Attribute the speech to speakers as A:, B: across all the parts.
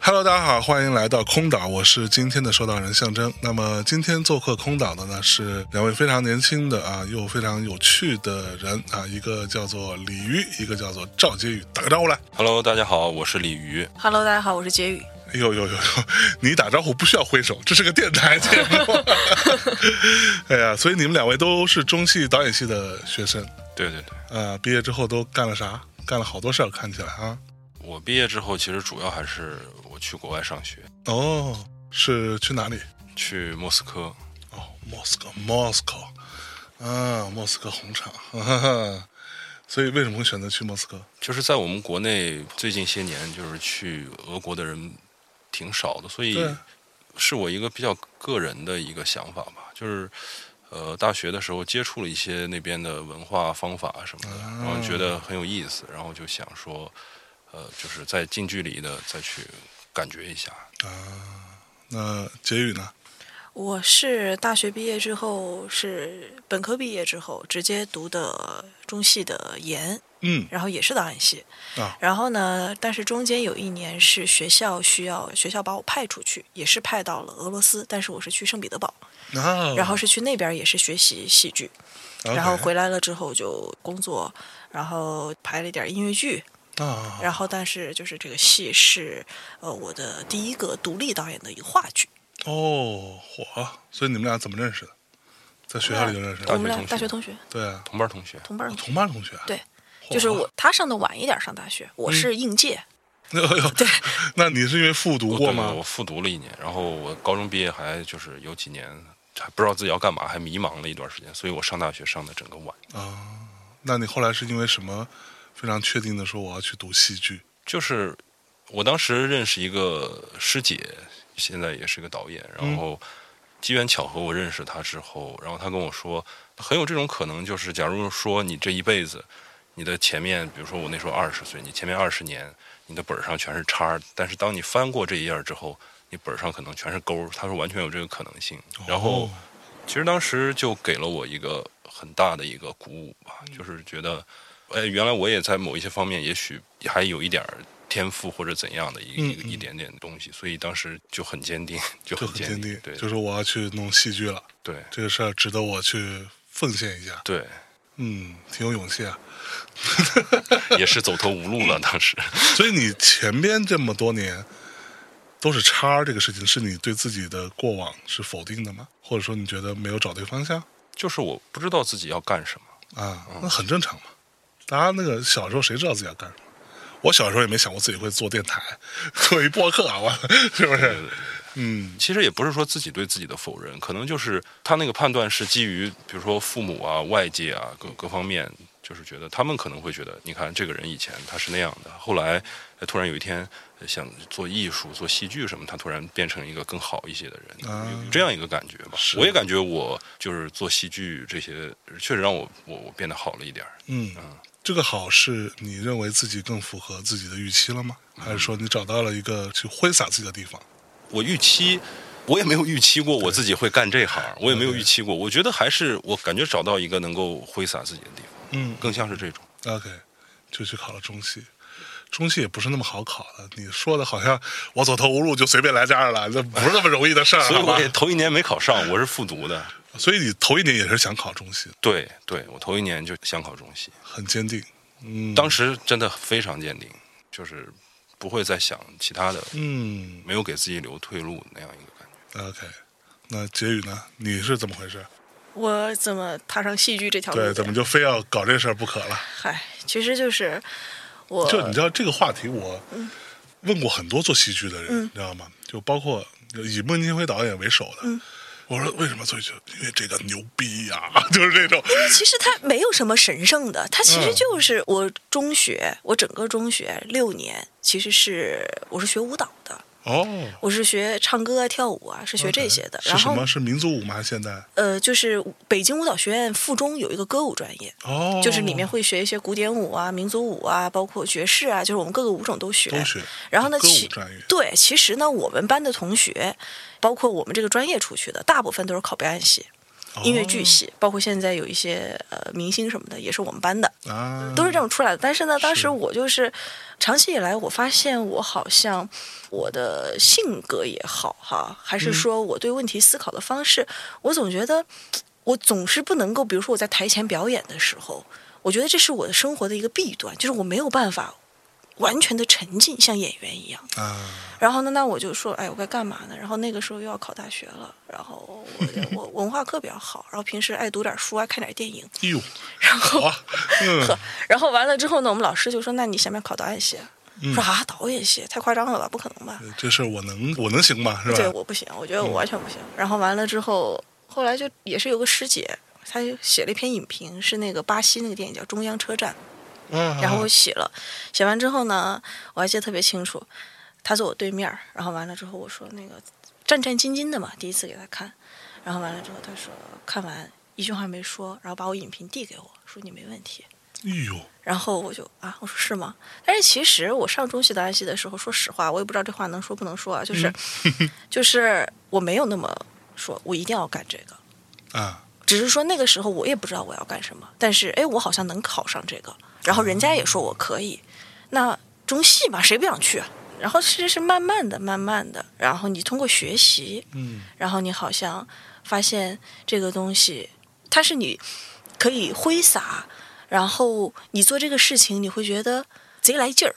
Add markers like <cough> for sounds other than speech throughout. A: Hello，大家好，欢迎来到空岛，我是今天的收到人象征。那么今天做客空岛的呢是两位非常年轻的啊，又非常有趣的人啊，一个叫做李鱼，一个叫做赵杰宇，打个招呼来。
B: Hello，大家好，我是鲤鱼。
C: Hello，大家好，我是杰宇。
A: 哎呦呦呦呦！ <laughs> 你打招呼不需要挥手，这是个电台节目。 <laughs> 哎呀，所以你们两位都是中戏导演系的学生，
B: 对对对，
A: 呃，毕业之后都干了啥？干了好多事儿，看起来啊。
B: 我毕业之后，其实主要还是我去国外上学，
A: 哦，是去哪里？
B: 去莫斯科。
A: 哦，莫斯科，莫斯科，啊，莫斯科红场。哈哈。所以为什么会选择去莫斯科？
B: 就是在我们国内最近些年，就是去俄国的人挺少的，所以
A: 对
B: 是我一个比较个人的一个想法吧，就是。呃，大学的时候接触了一些那边的文化方法什么的，然后觉得很有意思，然后就想说，呃，就是在近距离的再去感觉一下。
A: 那杰宇呢？
C: 我是大学毕业之后，是本科毕业之后直接读的中戏的研，
A: 嗯
C: 然后也是导演系。
A: 啊
C: 然后呢，但是中间有一年是学校需要学校把我派出去，也是派到了俄罗斯，但是我是去圣彼得堡，
A: 啊，
C: 然后是去那边也是学习戏剧，
A: OK
C: 然后回来了之后就工作，然后拍了一点音乐剧，
A: 啊，
C: 然后但是就是这个戏是呃我的第一个独立导演的一个话剧。
A: 哦，火！所以你们俩怎么认识的？在学校里就认识
C: 我
A: 了？
C: 们俩
B: 大
C: 大
B: 学
C: 学
B: 同
C: 同学，
A: 对啊，
B: 同班同学，
C: 同班儿
A: 我。同班同学啊。
C: 对，
A: 嚯
C: 就是我，他上的晚一点上大学，
A: 嗯
C: 我是应届。
A: 哎
C: <laughs>
A: 呦，对， <laughs> 那你是因为复读
B: 我
A: 过
B: 对
A: 吗
B: 我？复读了一年，然后我高中毕业还就是有几年还不知道自己要干嘛，还迷茫了一段时间，所以我上大学上的整个晚，
A: 那你后来是因为什么非常确定的说我要去读戏剧？
B: 就是我当时认识一个师姐，现在也是个导演，
A: 嗯
B: 然后机缘巧合我认识她之后，然后她跟我说，很有这种可能，就是假如说你这一辈子，你的前面，比如说我那时候二十岁，你前面二十年你的本儿上全是叉儿，但是当你翻过这一页儿之后，你本儿上可能全是勾儿，她说完全有这个可能性，然后。
A: 哦
B: 其实当时就给了我一个很大的一个鼓舞吧，
A: 嗯
B: 就是觉得，哎，原来我也在某一些方面，也许还有一点儿天赋或者怎样的一
A: 嗯
B: 一个
A: 嗯
B: 一点点东西，所以当时就很
A: <laughs>
B: 坚定，就
A: 就
B: 很
A: 很坚定，
B: 对
A: 就是我要去弄戏剧了，
B: 对
A: 这个事儿值得我去奉献一下。
B: 对，
A: 嗯，挺有勇气啊。
B: 也是走投无路了。当时 <laughs>
A: 所以你前边这么多年都是叉儿这个事情，是你对自己的过往是否定的吗？或者说你觉得没有找对方向？
B: 就是我不知道自己要干
A: <laughs>
B: 什么，
A: 啊，那很正常嘛。大家那个小时候谁知道自己要干什么？我小时候也没想过自己会做电台， <laughs> 做一播客啊，我是不是？嗯，
B: 其实也不是说自己对自己的否认，可能就是他那个判断是基于，比如说父母啊、外界啊各各方面，就是觉得他们可能会觉得，你看这个人以前他是那样的，后来呃突然有一天呃想做艺术、做戏剧什么，他突然变成一个更好一些的人，
A: 啊
B: 有有这样一个感觉吧。
A: 是
B: 我也感觉我就是做戏剧这些，确实让我我我变得好了一点儿。
A: 嗯，这个好是你认为自己更符合自己的预期了吗？还是说你找到了一个去挥洒自己的地方？
B: 我预期，我也没有预期过我自己会干这行，我也没有预期过。我觉得还是我感觉找到一个能够挥洒自己的地方，
A: 嗯
B: 更像是这种。
A: ，OK，就去考了中戏。中戏也不是那么好考的，你说的好像我走投无路就随便来这儿了，这不是那么容易的事儿，
B: <laughs> 所以
A: 好吧
B: 我也头一年没考上，我是复读的。
A: 所以你头一年也是想考中戏，
B: 对对，我头一年就想考中戏，
A: 很坚定。嗯，
B: 当时真的非常坚定，就是不会再想其他的，
A: 嗯，
B: 没有给自己留退路那样一个感觉。
A: OK，那杰宇呢？你是怎么回事？
C: 我怎么踏上戏剧这条路
A: 对，
C: 的？
A: 怎么就非要搞这事儿不可了？
C: 嗨，其实就是我嗯
A: 就你知道这个话题，我
C: 嗯
A: 问过很多做戏剧的人，你知道吗？就包括以孟京辉导演为首的，我说为什么最就因为这个牛逼呀、 <laughs> 就是这嗯种，
C: 其实它没有什么神圣的，它其实就是我中学，我整个中学六年，其实是我是学舞蹈的，
A: 哦，
C: 我是学唱歌啊、跳舞啊，是学这些的。
A: 嗯是
C: 然
A: 什
C: 后
A: 么？是民族舞吗？现在
C: 呃，就是北京舞蹈学院附中有一个歌舞专业，
A: 哦，
C: 就是里面会学一些古典舞啊、民族舞啊，包括爵士啊，就是我们各个舞种都学。
A: 都学，
C: 然后呢，
A: 歌舞
C: 其
A: 专业
C: 对，其实呢，我们班的同学，包括我们这个专业出去的，大部分都是考表演系、音乐剧系，包括现在有一些呃明星什么的，也是我们班的，
A: 哦啊，
C: 都是这种出来的。但是呢，当
A: 是
C: 时我就是长期以来，我发现我好像我的性格也好哈，还是说我对问题思考的方式，我总觉得我总是不能够，比如说我在台前表演的时候，我觉得这是我的生活的一个弊端，就是我没有办法完全的沉浸，像演员一样。
A: 啊，
C: 然后呢，那我就说，哎，我该干嘛呢？然后那个时候又要考大学了，然后我就我 <laughs> 文化课比较好，然后平时爱读点书，爱看点电影，
A: 哎呦，
C: 然后、 <laughs>
A: 哇，嗯，
C: 然后完了之后呢，我们老师就说，那你想不想考导演系啊？说啊，导演系太夸张了吧，不可能吧？
A: 这事儿我能我能行吗？是
C: 对，
A: 吧？
C: 我不行，我觉得我完全不行。然后完了之后，后来就也是有个师姐，她就写了一篇影评，是那个巴西那个电影叫《中央车站》。
A: 嗯，
C: 然后我写了，写完之后呢，我还记得特别清楚，他坐我对面儿，然后完了之后我说那个战战兢兢的嘛，第一次给他看，然后完了之后他说看完一句话没说，然后把我影评递给我说你没问题，
A: 哎呦，
C: 然后我就啊，我说是吗？但是其实我上中戏导演系的时候，说实话，我也不知道这话能说不能说啊，就是、 <laughs> 就是我没有那么说，我一定要干这个。
A: 啊，
C: 只是说那个时候我也不知道我要干什么，但是哎，我好像能考上这个，然后人家也说我可以，那中戏嘛，谁不想去啊？然后其实是慢慢的、慢慢的，然后你通过学习，
A: 嗯，
C: 然后你好像发现这个东西，它是你可以挥洒，然后你做这个事情，你会觉得贼来劲儿，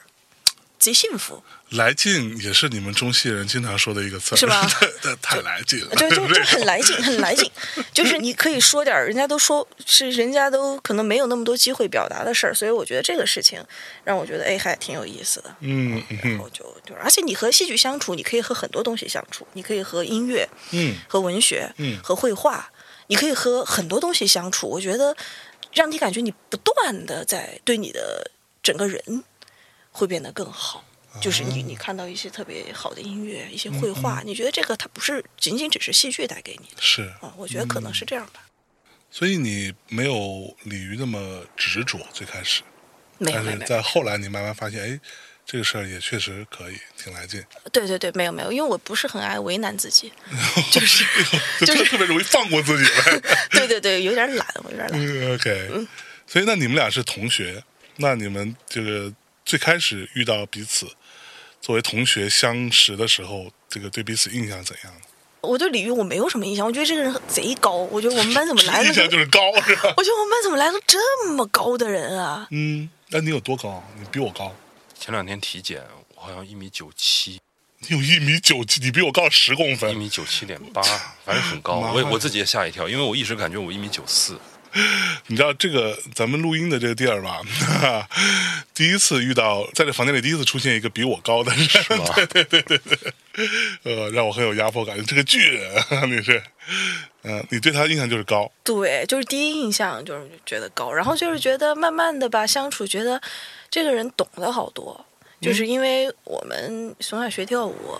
C: 贼幸福，
A: 来劲也是你们中戏人经常说的一个词儿，<laughs>
C: 是吧
A: 太太太来劲了，<laughs>
C: 对，就
A: 这
C: 就
A: 种
C: 很来劲，很来劲。就是你可以说点儿人家都说是人家都可能没有那么多机会表达的事儿，所以我觉得这个事情让我觉得哎还挺有意思的。
A: 嗯
C: 然
A: 嗯
C: 后就就而且你和戏剧相处，你可以和很多东西相处，你可以和音乐、
A: 嗯，
C: 和文学、
A: 嗯
C: 和绘画，你可以和很多东西相处。我觉得让你感觉你不断的在对你的整个人会变得更好。
A: 啊
C: 就是你，你看到一些特别好的音乐，一些
A: 嗯
C: 绘画，你觉得这个它不是仅仅只是戏剧带给你的。
A: 是，
C: 啊，我觉得可能
A: 嗯
C: 是这样吧。
A: 所以你没有鲤鱼那么执着最开始，
C: 没有
A: 但
C: 没有
A: 是
C: 没有，
A: 哎在后来你慢慢发现，哎，这个事儿也确实可以，挺来劲，
C: 对对对，没有没有，因为我不是很爱为难自己， <laughs>
A: <laughs>
C: 就是就
A: 特
C: 是
A: 特别容易放过自己呗。
C: <laughs> 对对对，有点懒，我有点懒。
A: 嗯 OK，所以那你们俩是同学，那你们这个最开始遇到彼此作为同学相识的时候，这个对彼此印象怎样呢？
C: 我对李玉我没有什么印象，我觉得这个人贼高，我觉得我们班怎么来
A: 印
C: 了个
A: 象， <laughs> 就是高，是
C: <laughs>
A: 吧？
C: 我觉得我们班怎么来个这么高的人啊？
A: 嗯，那你有多高？你比我高，
B: 前两天体检，我好像一米九七，
A: 你有一米九几，你比我高十公
B: 一
C: 嗯
A: 分。
B: 米九七点八，反正很高。 <laughs>
A: 妈呀
B: 我也我自己也吓一跳，因为我一直感觉我一米九四。
A: 你知道这个咱们录音的这个地儿吧？ <laughs> 第一次遇到，在这房间里第一次出现一个比我高的人，
B: <laughs> 吗
A: 对对对对对，呃，让我很有压迫感。这个巨人，啊 <laughs> 你是，嗯、你对他印象就是高， <laughs>
C: 对，就是第一印象就是觉得高，然后就是觉得慢慢的吧相处，觉得这个人懂得好多，
A: 嗯
C: 就是因为我们从小学跳舞，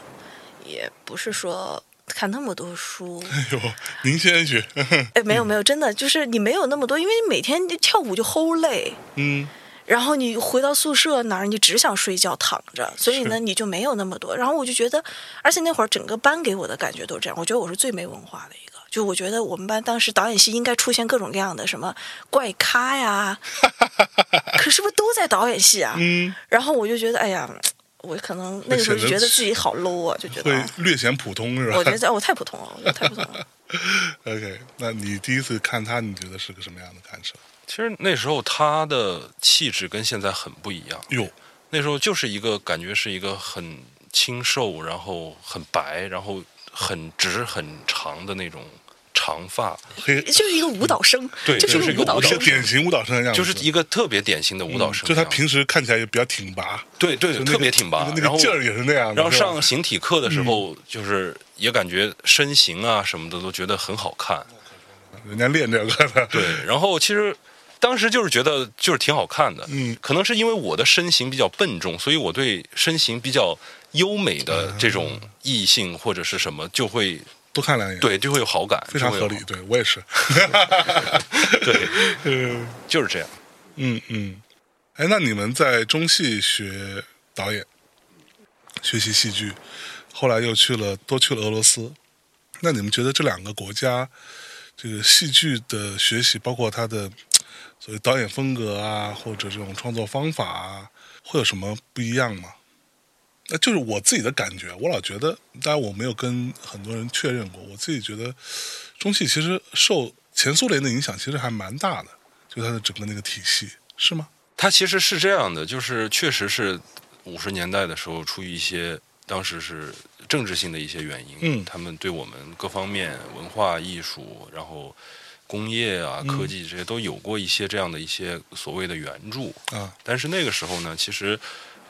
C: 也不是说看那么多书，
A: 哎呦，您先去， <laughs>
C: 哎，没有没有，真的就是你没有那么多，因为你每天就跳舞就齁累，
A: 嗯，
C: 然后你回到宿舍哪儿，你只想睡觉躺着，所以呢你就没有那么多。然后我就觉得，而且那会儿整个班给我的感觉都是这样，我觉得我是最没文化的一个。就我觉得我们班当时导演系应该出现各种各样的什么怪咖呀，可是不是都在导演系啊？
A: 嗯，
C: 然后我就觉得，哎呀，我可能那个时候就觉得自己好 low 啊，就觉得
A: 会
C: 啊
A: 略显普通是吧
C: 我觉得哎我太普通了，我觉得太普通了。
A: ？OK，那你第一次看他，你觉得是个什么样的感受？
B: 其实那时候他的气质跟现在很不一样，
A: 哟，
B: 那时候就是一个感觉是一个很清瘦，然后很白，然后很直很长的那种长发，
A: 黑，
C: 就是一个舞蹈生，
B: 对
C: 就
B: 就是是一个
C: 舞蹈
B: 舞蹈
C: 生
B: 生，
A: 典型舞蹈生的样子，
B: 就是一个特别典型的舞蹈生
A: 嗯就
B: 这
A: 他
B: 样。
A: 平时看起来也比较挺拔，
B: 对对
A: 就那个
B: 特别挺拔
A: 那，个
B: 然后
A: 劲儿也是那样的。
B: 然后
A: 是吧嗯
B: 上形体课的时候，就是也感觉身形啊什么的都觉得很好看。
A: 人家练这个的，
B: 对，然后其实当时就是觉得就是挺好看的，
A: 嗯
B: 可能是因为我的身形比较笨重，所以我对身形比较优美
A: 嗯
B: 的这种异性或者是什么就会
A: 多看两眼，，
B: 对就会有好感，
A: 非常
B: 就会
A: 合
B: 有
A: 理。对我也
B: <laughs>
A: 是， <laughs>
B: 对，
A: 嗯
B: 就是这样。
A: 嗯嗯。哎，那你们在中戏学导演，学习戏剧，后来又去了多去了俄罗斯，那你们觉得这两个国家这个戏剧的学习，包括它的所谓导演风格啊，或者这种创作方法啊，会有什么不一样吗？那就是我自己的感觉，我老觉得，当然我没有跟很多人确认过，我自己觉得中戏其实受前苏联的影响其实还蛮大的，就它的整个那个体系是吗？
B: 它其实是这样的，就是确实是五十年代的时候，出于一些当时是政治性的一些原因，
A: 嗯
B: 他们对我们各方面文化艺术，然后工业
A: 嗯
B: 啊、科技这些都有过一些这样的一些所谓的援助。
A: 啊，
B: 但是那个时候呢，其实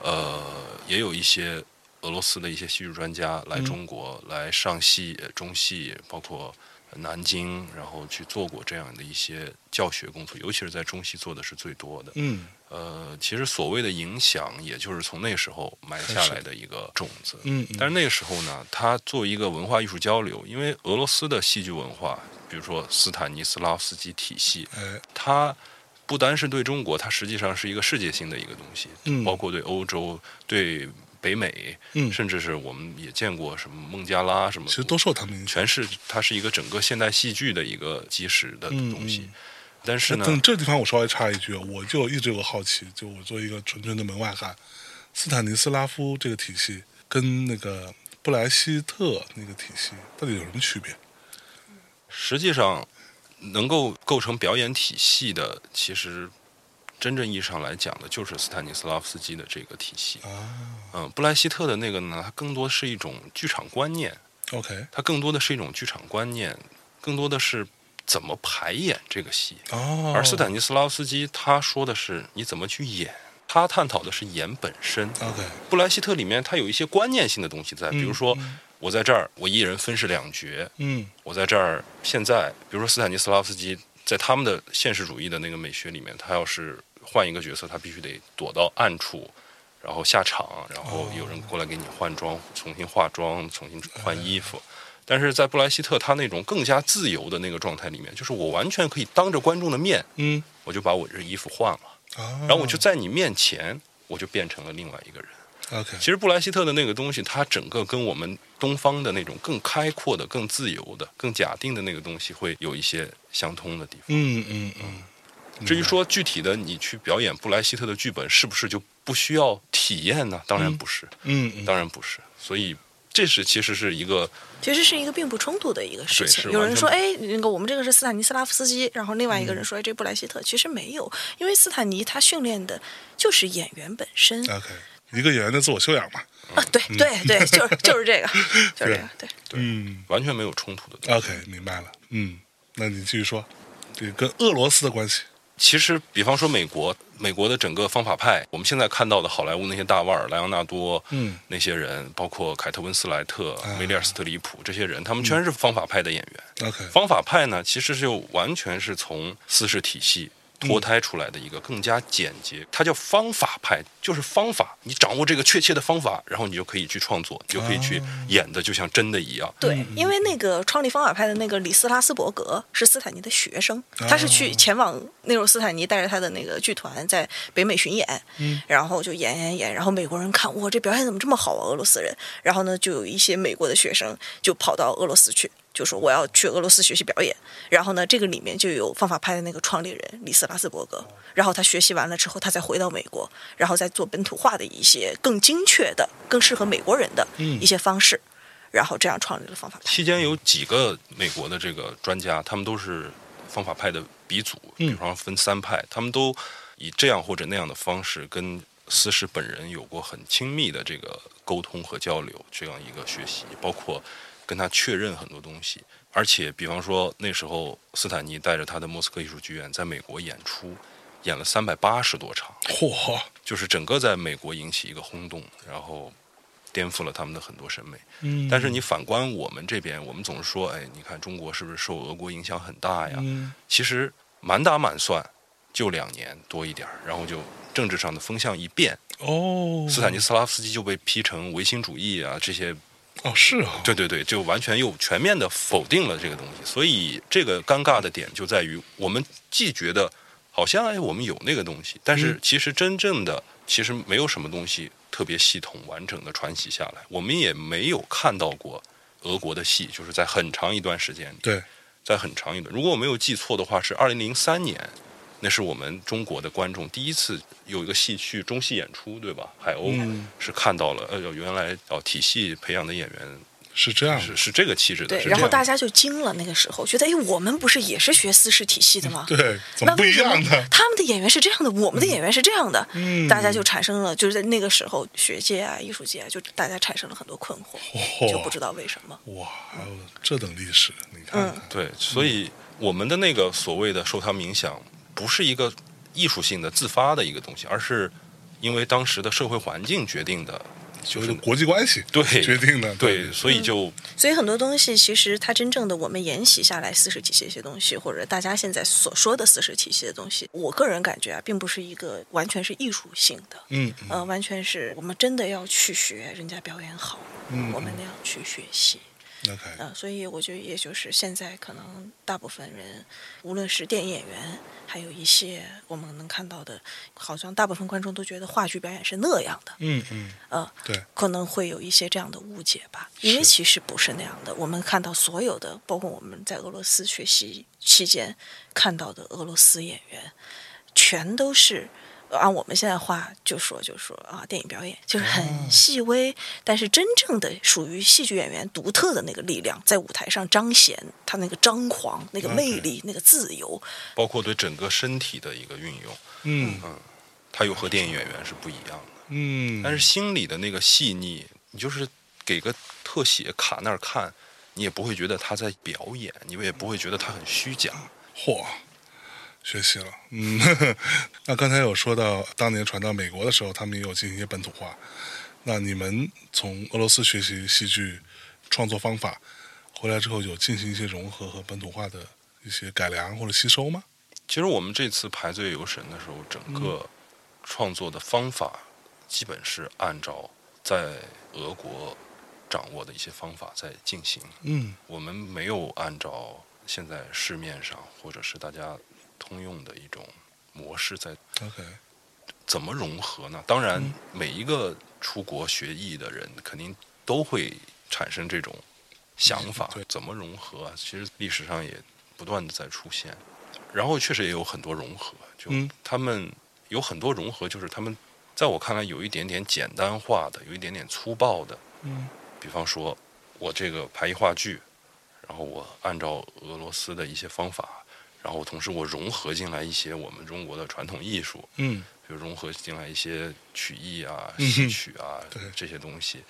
B: 呃也有一些俄罗斯的一些戏剧专家
A: 嗯
B: 来中国、来上戏、呃中戏，包括南京，然后去做过这样的一些教学工作，尤其是在中戏做的是最多的。
A: 嗯
B: 呃，其实所谓的影响，也就是从那时候埋下来的一个种子。
A: 嗯，
B: 但是那个时候呢，它作为一个文化艺术交流，因为俄罗斯的戏剧文化，比如说斯坦尼斯拉夫斯基体系，
A: 哎，
B: 它不单是对中国，它实际上是一个世界性的一个东西，
A: 嗯
B: 包括对欧洲、对北美，
A: 嗯，
B: 甚至哦是我们也见过什么孟加拉什么，
A: 其实都受他们影响。
B: 全是它是一个整个现代戏剧的一个基石的
A: 嗯
B: 东西
A: 嗯。
B: 但是呢，
A: 等这地方我稍微插一句，我就一直有个好奇，就我作为一个纯纯的门外汉，斯坦尼斯拉夫这个体系跟那个布莱希特那个体系到底有什么区别？
B: 实际上，能够构成表演体系的，其实真正意义上来讲的，就是斯坦尼斯拉夫斯基的这个体系。
A: 啊
B: 嗯，布莱希特的那个呢，它更多是一种剧场观念，
A: ，OK，
B: 它更多的是一种剧场观念，更多的是怎么排演这个戏。
A: 哦，
B: 而斯坦尼斯拉夫斯基他说的是你怎么去演，他探讨的是演本身。
A: ，OK，
B: 布莱希特里面它有一些观念性的东西在，比如说我在这儿我一人分饰两角，
A: 嗯
B: 我在这儿现在，比如说斯坦尼斯拉夫斯基，在他们的现实主义的那个美学里面，他要是换一个角色，他必须得躲到暗处，然后下场，然后有人过来给你换装，重新化妆，重新换衣服。但是在布莱希特他那种更加自由的那个状态里面，就是我完全可以当着观众的面，
A: 嗯，
B: 我就把我这衣服换了，
A: 啊，
B: 然后我就在你面前，我就变成了另外一个人。
A: OK，
B: 其实布莱希特的那个东西，它整个跟我们东方的那种更开阔的、更自由的、更假定的那个东西，会有一些相通的地方。
A: 嗯嗯嗯，
B: 至于说具体的，你去表演布莱希特的剧本，是不是就不需要体验呢？当然不是，
A: 嗯嗯，
B: 当然不是。所以这是其实是一个
C: 其实是一个并不冲突的一个事
B: 对
C: 情。
B: 是
C: 有人
B: 完全
C: 说，
B: 不嗯
C: 哎，那个我们这个是斯坦尼斯拉夫斯基，然后另外一个人说，哎，这布莱希特，其实没有，因为斯坦尼他训练的就是演员本身
B: 啊
A: OK，一个演员的自我修养嘛，
C: 啊，对
B: 嗯
C: 对对，就是就是
B: <laughs>
C: 这个，就是这个，对。
A: 嗯
B: 完全没有冲突的东西。
A: ，OK，明白了，嗯，那你继续说，这个跟俄罗斯的关系，
B: 其实，比方说美国，美国的整个方法派，我们现在看到的好莱坞那些大腕儿，莱昂纳多，
A: 嗯，啊
B: 那些人，包括凯特温斯莱特、梅丽尔斯特里普这些人，他们
A: 嗯
B: 全是方法派的演员。
A: OK，
B: 方法派呢，其实就完全是从四式体系脱胎出来的一个更加简洁，它叫方法派，就是方法，你掌握这个确切的方法，然后你就可以去创作，你就可以去演的就像真的一样。
C: 对，因为那个创立方法派的那个里斯拉斯伯格是斯坦尼的学生，他是去前往内容斯坦尼，带着他的那个剧团在北美巡演，然后就演演演，然后美国人看哇，这表演怎么这么好啊，俄罗斯人，然后呢，就有一些美国的学生就跑到俄罗斯去。就说我要去俄罗斯学习表演，然后呢，这个里面就有方法派的那个创立人里斯拉斯伯格，然后他学习完了之后，他再回到美国，然后再做本土化的一些更精确的、更适合美国人的一些方式，然后这样创立了方法派。
B: 期间有几个美国的这个专家，他们都是方法派的鼻祖，比方分三派，他们都以这样或者那样的方式跟斯什本人有过很亲密的这个沟通和交流，这样一个学习，包括跟他确认很多东西。而且，比方说那时候斯坦尼带着他的莫斯科艺术剧院在美国演出，演了三百八十多场，
A: 嚯，
B: 就是整个在美国引起一个轰动，然后颠覆了他们的很多审美。
A: 嗯，
B: 但是你反观我们这边，我们总是说，哎，你看中国是不是受俄国影响很大呀？
A: 嗯
B: 其实满打满算就两年多一点儿，然后就政治上的风向一变，
A: 哦，
B: 斯坦尼斯拉夫斯基就被批成唯心主义啊这些
A: 哦是啊，
B: 对对对，就完全又全面的否定了这个东西。所以这个尴尬的点就在于，我们既觉得好像哎我们有那个东西，但是
A: 嗯
B: 其实真正的其实没有什么东西特别系统完整的传习下来，我们也没有看到过俄国的戏，就是在很长一段时间里，
A: 对，
B: 在很长一段，如果我没有记错的话，是二零零三年。那是我们中国的观众第一次有一个戏去中戏演出，对吧？海鸥
A: 嗯
B: 是看到了，呃，原来哦体系培养的演员
A: 是这样的
B: 是是这个气质的。
C: 对，
B: 是这
C: 然后
B: 样
C: 大家就惊了，那个时候觉得，哎，我们不是也是学丝式体系的吗？
A: 嗯对，怎
C: 那
A: 么不
C: 为
A: 一
C: 什么
A: 样呢？
C: 他们的演员是这样的，我们的演员是这样的，
A: 嗯
C: 大家就产生了，就是在那个时候，学界啊、艺术界啊，就大家产生了很多困惑，就不知道为什么。
A: 哇，还有这等历史，你看看，
B: 对，所以我们的那个所谓的受他们影响，不是一个艺术性的自发的一个东西，而是因为当时的社会环境决定的，就
A: 就是是国际关系
B: 对
A: 决定的，
B: 对，所
C: 嗯
B: 以就
C: 所以很多东西其实它真正的我们沿袭下来四十体系的一些东西，或者大家现在所说的四十体系的东西，我个人感觉啊，并不是一个完全是艺术性的，
A: 嗯嗯
C: 呃，完全是我们真的要去学人家表演好，
A: 嗯
C: 我们那样去学习。
A: ，OK，
C: 呃，所以我觉得也就是现在可能大部分人，无论是电影演员，还有一些我们能看到的，好像大部分观众都觉得话剧表演是那样的，
A: 嗯嗯，
C: 呃，
A: 对，
C: 可能会有一些这样的误解吧，因为
A: 是
C: 其实不是那样的。我们看到所有的，包括我们在俄罗斯学习期间看到的俄罗斯演员，全都是。呃按我们现在话就说就说啊，电影表演就是很
A: 嗯
C: 细微，但是真正的属于戏剧演员独特的那个力量，在舞台上彰显他那个张狂、那个
A: 嗯
C: 魅力、那个自由，
B: 包括对整个身体的一个运用，
A: 嗯
B: 它又和电影演员是不一样的。
A: 嗯，
B: 但是心里的那个细腻，你就是给个特写卡那儿看，你也不会觉得他在表演，你也不会觉得他很虚假。
A: 嚯，学习了，嗯， <laughs> 那刚才有说到当年传到美国的时候，他们也有进行一些本土化。那你们从俄罗斯学习戏剧创作方法，回来之后有进行一些融合和本土化的一些改良或者吸收吗？
B: 其实我们这次排最游神的时候，整个创作的方法基本是按照在俄国掌握的一些方法在进行。
A: 嗯
B: 我们没有按照现在市面上或者是大家通用的一种模式在
A: ，OK，
B: 怎么融合呢？当然，
A: 嗯
B: 每一个出国学艺的人肯定都会产生这种想法
A: 对，
B: 怎么融合啊？其实历史上也不断的在出现，然后确实也有很多融合，就
A: 嗯
B: 他们有很多融合，就是他们在我看来有一点点简单化的，有一点点粗暴的，
A: 嗯
B: 比方说，我这个排异话剧，然后我按照俄罗斯的一些方法，然后同时我融合进来一些我们中国的传统艺术，
A: 嗯
B: 比如融合进来一些曲艺啊、
A: 嗯哼
B: 戏曲啊、
A: 对
B: 这些东西，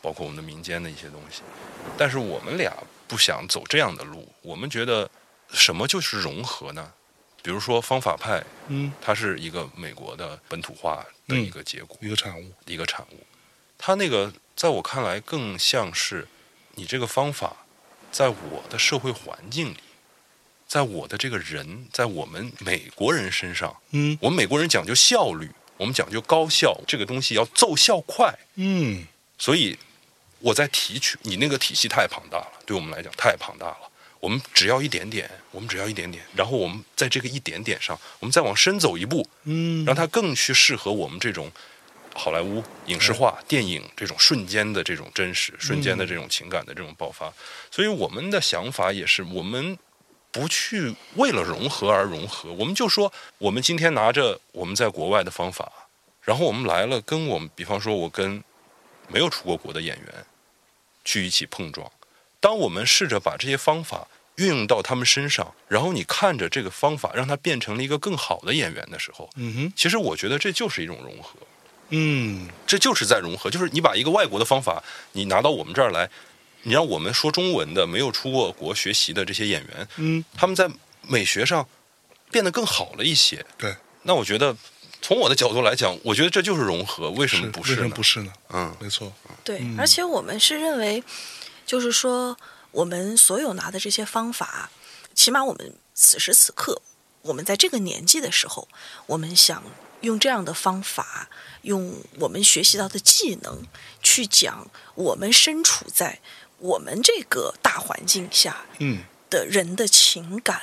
B: 包括我们的民间的一些东西。但是我们俩不想走这样的路，我们觉得什么就是融合呢？比如说方法派，
A: 嗯，
B: 它是一个美国的本土化的一个结果，
A: 一个产物，
B: 一个产物。它那个在我看来更像是你这个方法，在我的社会环境里，在我的这个人，在我们美国人身上，
A: 嗯
B: 我们美国人讲究效率，我们讲究高效，这个东西要奏效快，
A: 嗯
B: 所以我在提取你那个体系太庞大了，对我们来讲太庞大了。我们只要一点点，我们只要一点点，然后我们在这个一点点上，我们再往深走一步，
A: 嗯，
B: 让它更去适合我们这种好莱坞影视化、电影这种瞬间的这种真实、瞬间的这种情感的这种爆发。所以我们的想法也是，我们不去为了融合而融合，我们就说，我们今天拿着我们在国外的方法，然后我们来了，跟我们，比方说，我跟没有出过国的演员去一起碰撞。当我们试着把这些方法运用到他们身上，然后你看着这个方法让它变成了一个更好的演员的时候，
A: 嗯哼，
B: 其实我觉得这就是一种融合，
A: 嗯
B: 这就是在融合，就是你把一个外国的方法，你拿到我们这儿来，你让我们说中文的没有出过国学习的这些演员，
A: 嗯，
B: 他们在美学上变得更好了一些，
A: 对，
B: 那我觉得从我的角度来讲，我觉得这就是融合，为什么不
A: 为
B: 是
A: 什
B: 呢？
A: 么不是呢？
B: 嗯，
A: 没错，
C: 对，而且我们是认为，就是说，我们所有拿的这些方法，起码我们此时此刻，我们在这个年纪的时候，我们想用这样的方法，用我们学习到的技能，去讲我们身处在我们这个大环境下
A: 嗯
C: 的人的情感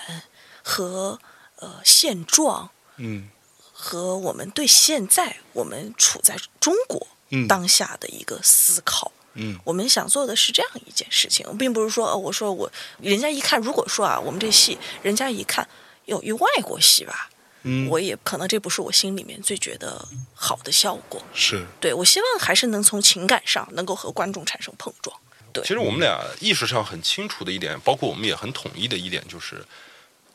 C: 和呃现状，
A: 嗯
C: 和我们对现在我们处在中国
A: 嗯
C: 当下的一个思考。
A: 嗯
C: 我们想做的是这样一件事情，并不是说，呃、我说我人家一看，如果说啊，我们这戏，人家一看，有一外国戏吧，
A: 嗯，
C: 我也可能这不是我心里面最觉得好的效果。
A: 是
C: 对我希望还是能从情感上能够和观众产生碰撞。对
B: 其实我们俩意识上很清楚的一点，包括我们也很统一的一点，就是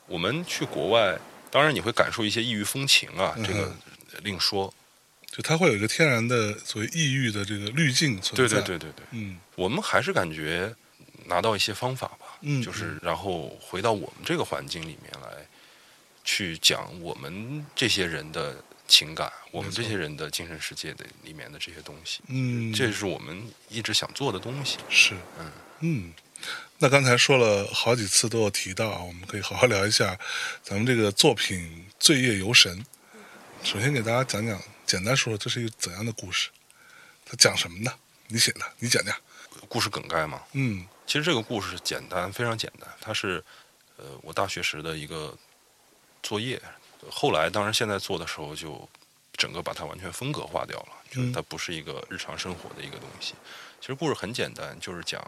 B: 我们去国外，当然你会感受一些异域风情啊，
A: 嗯
B: 这个另说。
A: 就它会有一个天然的所谓抑郁的这个滤镜存
B: 对
A: 在。
B: 对对，对对，
A: 嗯
B: 我们还是感觉拿到一些方法吧，
A: 嗯
B: 就是然后回到我们这个环境里面来，去讲我们这些人的情感，我们
A: 没错
B: 这些人的精神世界的里面的这些东西，
A: 嗯，
B: 这是我们一直想做的东西。
A: 是，
B: 嗯
A: 嗯，那刚才说了好几次都有提到啊，我们可以好好聊一下咱们这个作品《罪夜游神》。首先给大家讲讲，简单说说这是一个怎样的故事，它讲什么呢？你写的，你讲讲。
B: 故事梗概嘛，
A: 嗯
B: 其实这个故事简单，非常简单，它是呃我大学时的一个作业，后来当然现在做的时候就整个把它完全风格化掉了，就是
A: 嗯
B: 它不是一个日常生活的一个东西。其实故事很简单，就是讲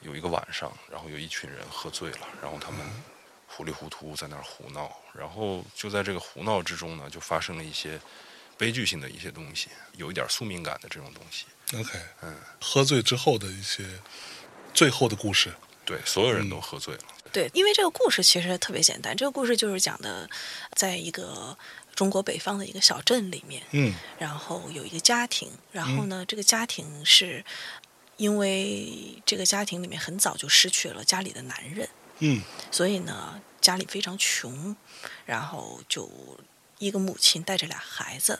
B: 有一个晚上，然后有一群人喝醉了，然后他们糊里糊涂在那儿胡闹，然后就在这个胡闹之中呢，就发生了一些悲剧性的一些东西，有一点宿命感的这种东西。
A: ，OK，
B: 嗯，
A: 喝醉之后的一些最后的故事。
B: 对，所有人都喝醉了。
C: 对，因为这个故事其实特别简单，这个故事就是讲的，在一个中国北方的一个小镇里面，
A: 嗯
C: 然后有一个家庭，然后呢，这个家庭是因为这个家庭里面很早就失去了家里的男人，
A: 嗯
C: 所以呢，家里非常穷，然后就一个母亲带着俩孩子，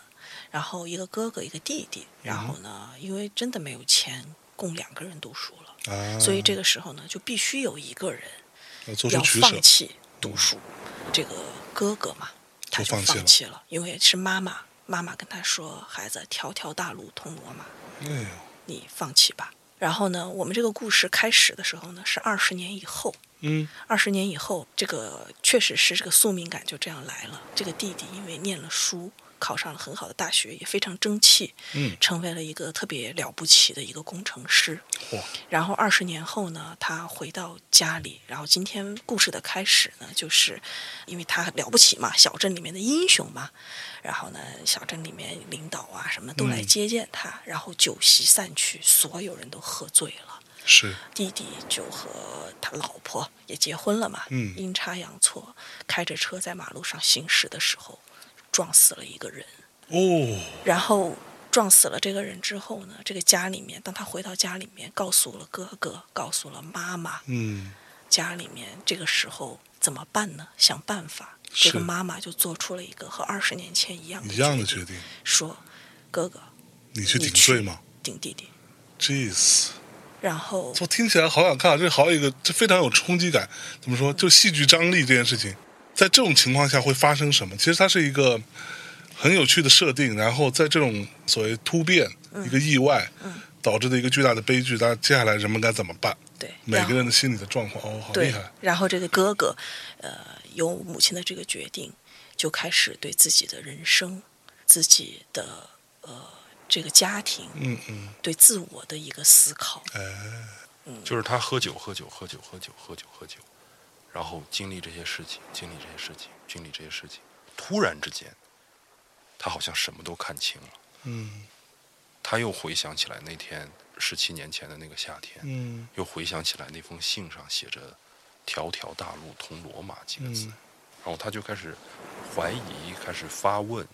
C: 然后一个哥哥一个弟弟，然后
A: 嗯
C: 呢，因为真的没有钱供两个人读书了，
A: 啊，
C: 所以这个时候呢，就必须有一个人
A: 要做出
C: 要
A: 取舍
C: 放。弃读书。这个哥哥嘛，他就
A: 放弃了
C: 放弃了，因为是妈妈，妈妈跟他说：“孩子，条条大路通罗马，
A: 哎呦，
C: 你放弃吧。”然后呢，我们这个故事开始的时候呢，是二十年以后。
A: 嗯
C: 二十年以后，这个确实是这个宿命感就这样来了。这个弟弟因为念了书，考上了很好的大学，也非常争气，
A: 嗯，
C: 成为了一个特别了不起的一个工程师。
A: 哇，
C: 然后二十年后呢，他回到家里，然后今天故事的开始呢，就是因为他了不起嘛，小镇里面的英雄嘛，然后呢，小镇里面领导啊什么都来
A: 嗯
C: 接见他，然后酒席散去，所有人都喝醉了。
A: 是，
C: 弟弟就和他老婆也结婚了嘛，
A: 嗯
C: 阴差阳错，开着车在马路上行驶的时候，撞死了一个人。
A: 哦，
C: 然后撞死了这个人之后呢，这个家里面，当他回到家里面，告诉了哥哥，告诉了妈妈，
A: 嗯
C: 家里面这个时候怎么办呢？想办法。
A: 是
C: 这个妈妈就做出了一个和二十年前一样的
A: 一样的
C: 决
A: 决
C: 定，
A: 定，
C: 说：“哥哥
A: 你去
C: 你
A: 顶
C: 去
A: 罪吗
C: 顶弟弟。
A: ？Jeez。”
C: 然后
A: 我听起来好想看，这好有一个，这非常有冲击感。怎么说？就戏剧张力这件事情，在这种情况下会发生什么？其实它是一个很有趣的设定，然后在这种所谓突变、
C: 嗯
A: 一个意外、导致的一个巨大的悲剧，那接下来人们该怎么办？
C: 对啊
A: 每
C: 然
A: 个
C: 后
A: 人的心理的状况，哦，好厉
C: 对
A: 害，，
C: 然后这个哥哥，呃，有母亲的这个决定，就开始对自己的人生、自己的呃这个家庭、
A: 嗯嗯，
C: 对自我的一个思考。
A: 哎，
B: 就是他喝酒，喝酒，喝酒，喝酒，喝酒，喝酒，然后经历这些事情，经历这些事情，经历这些事情，突然之间，他好像什么都看清了。
A: 嗯
B: 他又回想起来那天十七年前的那个夏天，
A: 嗯
B: 又回想起来那封信上写着“条条大路通罗马”几个字，
A: 嗯
B: 然后他就开始怀疑，开始发问，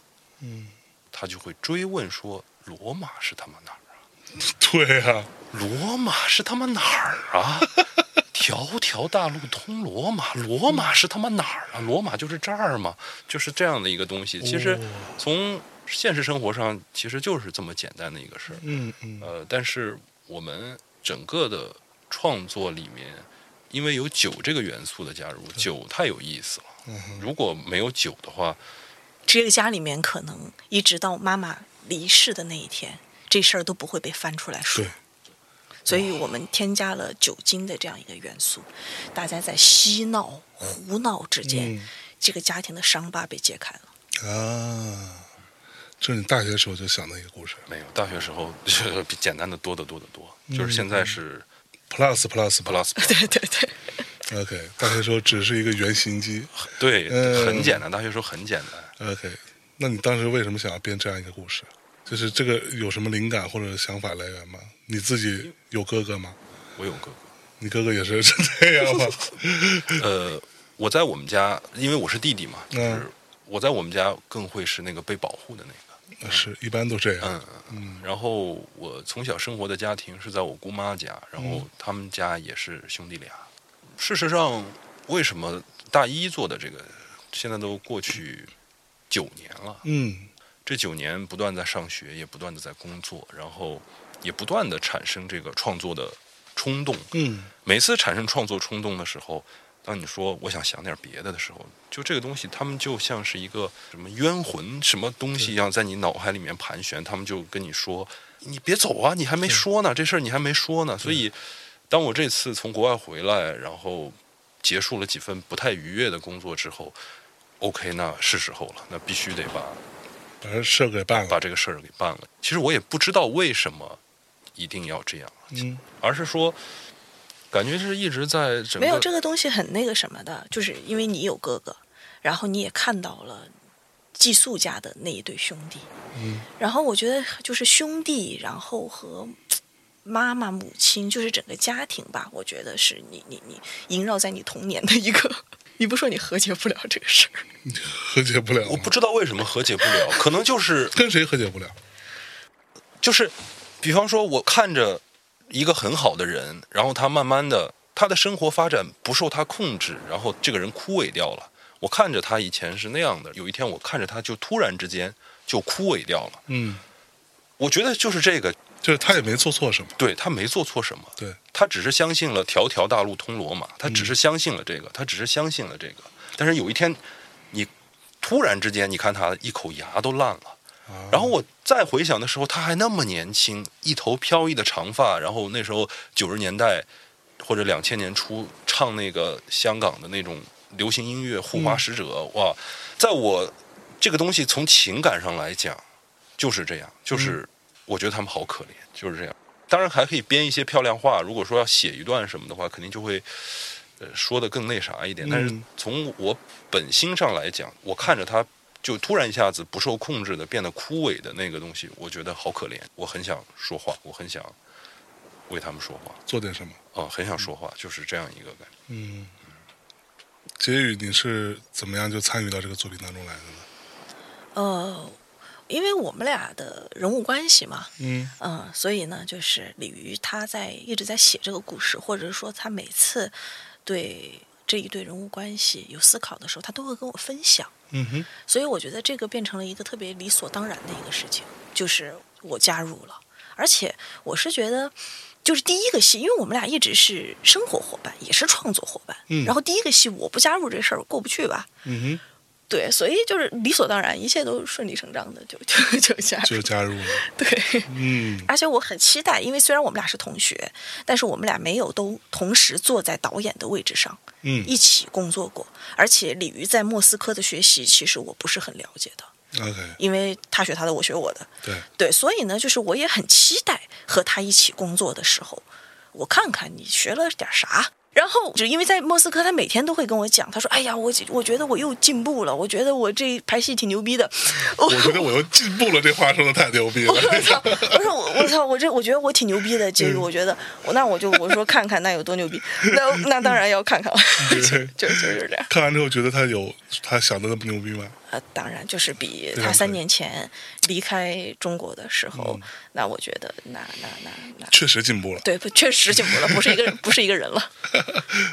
A: 嗯，
B: 他就会追问说：“罗马是他妈哪儿啊？
A: <laughs> 对啊，
B: 罗马是他妈哪儿啊？ <laughs> 条条大路通罗马，罗马是他妈哪儿啊？罗马就是这儿嘛，就是这样的一个东西。其实从现实生活上，其实就是这么简单的一个事儿。
A: 嗯嗯
B: 呃，但是我们整个的创作里面，因为有酒这个元素的加入，酒太有意思了。如果没有酒的话，
C: 这个家里面可能一直到妈妈离世的那一天，这事儿都不会被翻出来说
A: 对。
C: 所以我们添加了酒精的这样一个元素，大家在嬉闹、胡闹之间，
A: 嗯
C: 这个家庭的伤疤被揭开了。 <laughs>
A: 啊，这是你大学时候就想的一个故事
B: 没有大学时候 <laughs> 就是比简单的多得多得多。就是现在是
A: ，plus plus plus。
B: plus，
C: 对对对，
A: OK，大学时候只是一个原型机。
B: 对，
A: 嗯
B: 很简单。大学时候很简单。
A: OK，那你当时为什么想要编这样一个故事？就是这个有什么灵感或者想法来源吗？你自己有哥哥吗？
B: 我有哥哥，
A: 你哥哥也是 <laughs> 这样吗？
B: 呃，我在我们家，因为我是弟弟嘛，就是
A: 嗯
B: 我在我们家更会是那个被保护的那个。
A: 那是一般都这样。
B: 嗯嗯，然后我从小生活的家庭是在我姑妈家，然后他们家也是兄弟俩。事实上，为什么大一做的这个，现在都过去九年了，
A: 嗯
B: 这九年不断在上学，也不断的在工作，然后也不断的产生这个创作的冲动。
A: 嗯
B: 每次产生创作冲动的时候，当你说我想想点别的的时候，就这个东西，他们就像是一个什么冤魂、什么东西一样，在你脑海里面盘旋。他们就跟你说：“你别走啊，你还没说呢，这事儿你还没说呢。”所以，当我这次从国外回来，然后结束了几份不太愉悦的工作之后，OK，那是时候了，那必须得把
A: 把这事儿给办了。
B: 把这个事儿给办了。其实我也不知道为什么一定要这样，
A: 嗯
B: 而是说，感觉是一直在整个
C: 没有这个东西很那个什么的，就是因为你有哥哥，然后你也看到了寄宿家的那一对兄弟，
A: 嗯
C: 然后我觉得就是兄弟，然后和妈妈、母亲，就是整个家庭吧，我觉得是你你你萦绕在你童年的一个， <laughs> 你不说你和解不了这个事儿，
A: 和解不了
B: 我。不知道为什么和解不了，可能就是
A: 跟谁和解不了？
B: 就是，比方说，我看着一个很好的人，然后他慢慢的，他的生活发展不受他控制，然后这个人枯萎掉了。我看着他以前是那样的，有一天我看着他就突然之间就枯萎掉了。
A: 嗯，
B: 我觉得就是这个，
A: 就是他也没做错什么。
B: 对他没做错什么，
A: 对，
B: 他只是相信了条条大路通罗马，他只是相信了这个，他只是相信了这个。但是有一天，你突然之间，你看他一口牙都烂了。然后我再回想的时候，他还那么年轻，一头飘逸的长发，然后那时候九十年代或者两千年初唱那个香港的那种流行音乐《护花使者》哇，在我这个东西从情感上来讲就是这样，就是我觉得他们好可怜，就是这样。当然还可以编一些漂亮话，如果说要写一段什么的话，肯定就会呃说的更那啥一点。但是
A: 嗯
B: 从我本心上来讲，我看着他就突然一下子不受控制的变得枯萎的那个东西，我觉得好可怜。我很想说话，我很想为他们说话
A: 做点什么？
B: 啊、很想说话，就是这样一个感觉。
A: 嗯，杰宇，你是怎么样就参与到这个作品当中来的呢？
C: 呃，因为我们俩的人物关系嘛，
A: 嗯
C: 嗯，所以呢，就是鲤鱼他在一直在写这个故事，或者说他每次对这一对人物关系有思考的时候，他都会跟我分享。
A: 嗯哼，
C: 所以我觉得这个变成了一个特别理所当然的一个事情，就是我加入了，而且我是觉得。就是第一个戏，因为我们俩一直是生活伙伴，也是创作伙伴。
A: 嗯
C: 然后第一个戏我不加入这事儿过不去吧？
A: 嗯
C: 对，所以就是理所当然，一切都顺理成章的就就就加
A: 哼，
C: 入。
A: 就加入了。
C: 对，
A: 嗯
C: 而且我很期待，因为虽然我们俩是同学，但是我们俩没有都同时坐在导演的位置上
A: 嗯
C: 一起工作过。而且鲤鱼在莫斯科的学习，其实我不是很了解的，
A: ，OK，
C: 因为他学他的，我学我的。
A: 对，
C: 对，所以呢，就是我也很期待和他一起工作的时候，我看看你学了点啥。然后，只因为在莫斯科，他每天都会跟我讲，他说：“哎呀，我我觉得我又进步了，我觉得我这排戏挺牛逼的。 <laughs> 我”
A: 我觉得我又进步了，这话说的太牛逼
C: <laughs>
A: 了。
C: 我
B: <laughs>
C: 操！我说我我操！我这我觉得我挺牛逼的，
B: 嗯
C: 这个我觉得我那我就我说看看那有多牛逼，那那当然要
B: <laughs>
C: 看看了，就就就是这样呃
A: 看完之后觉得他有他想的那么牛逼吗？
C: 啊。当然就是比
A: 对
C: 他
A: 啊
C: 三
A: 对
C: 年前离开中国的时
B: 嗯
C: 候，那我觉得那那那那，
A: 确实进步了。
C: 对，不确实进步了，不是一个人，不是一个人了。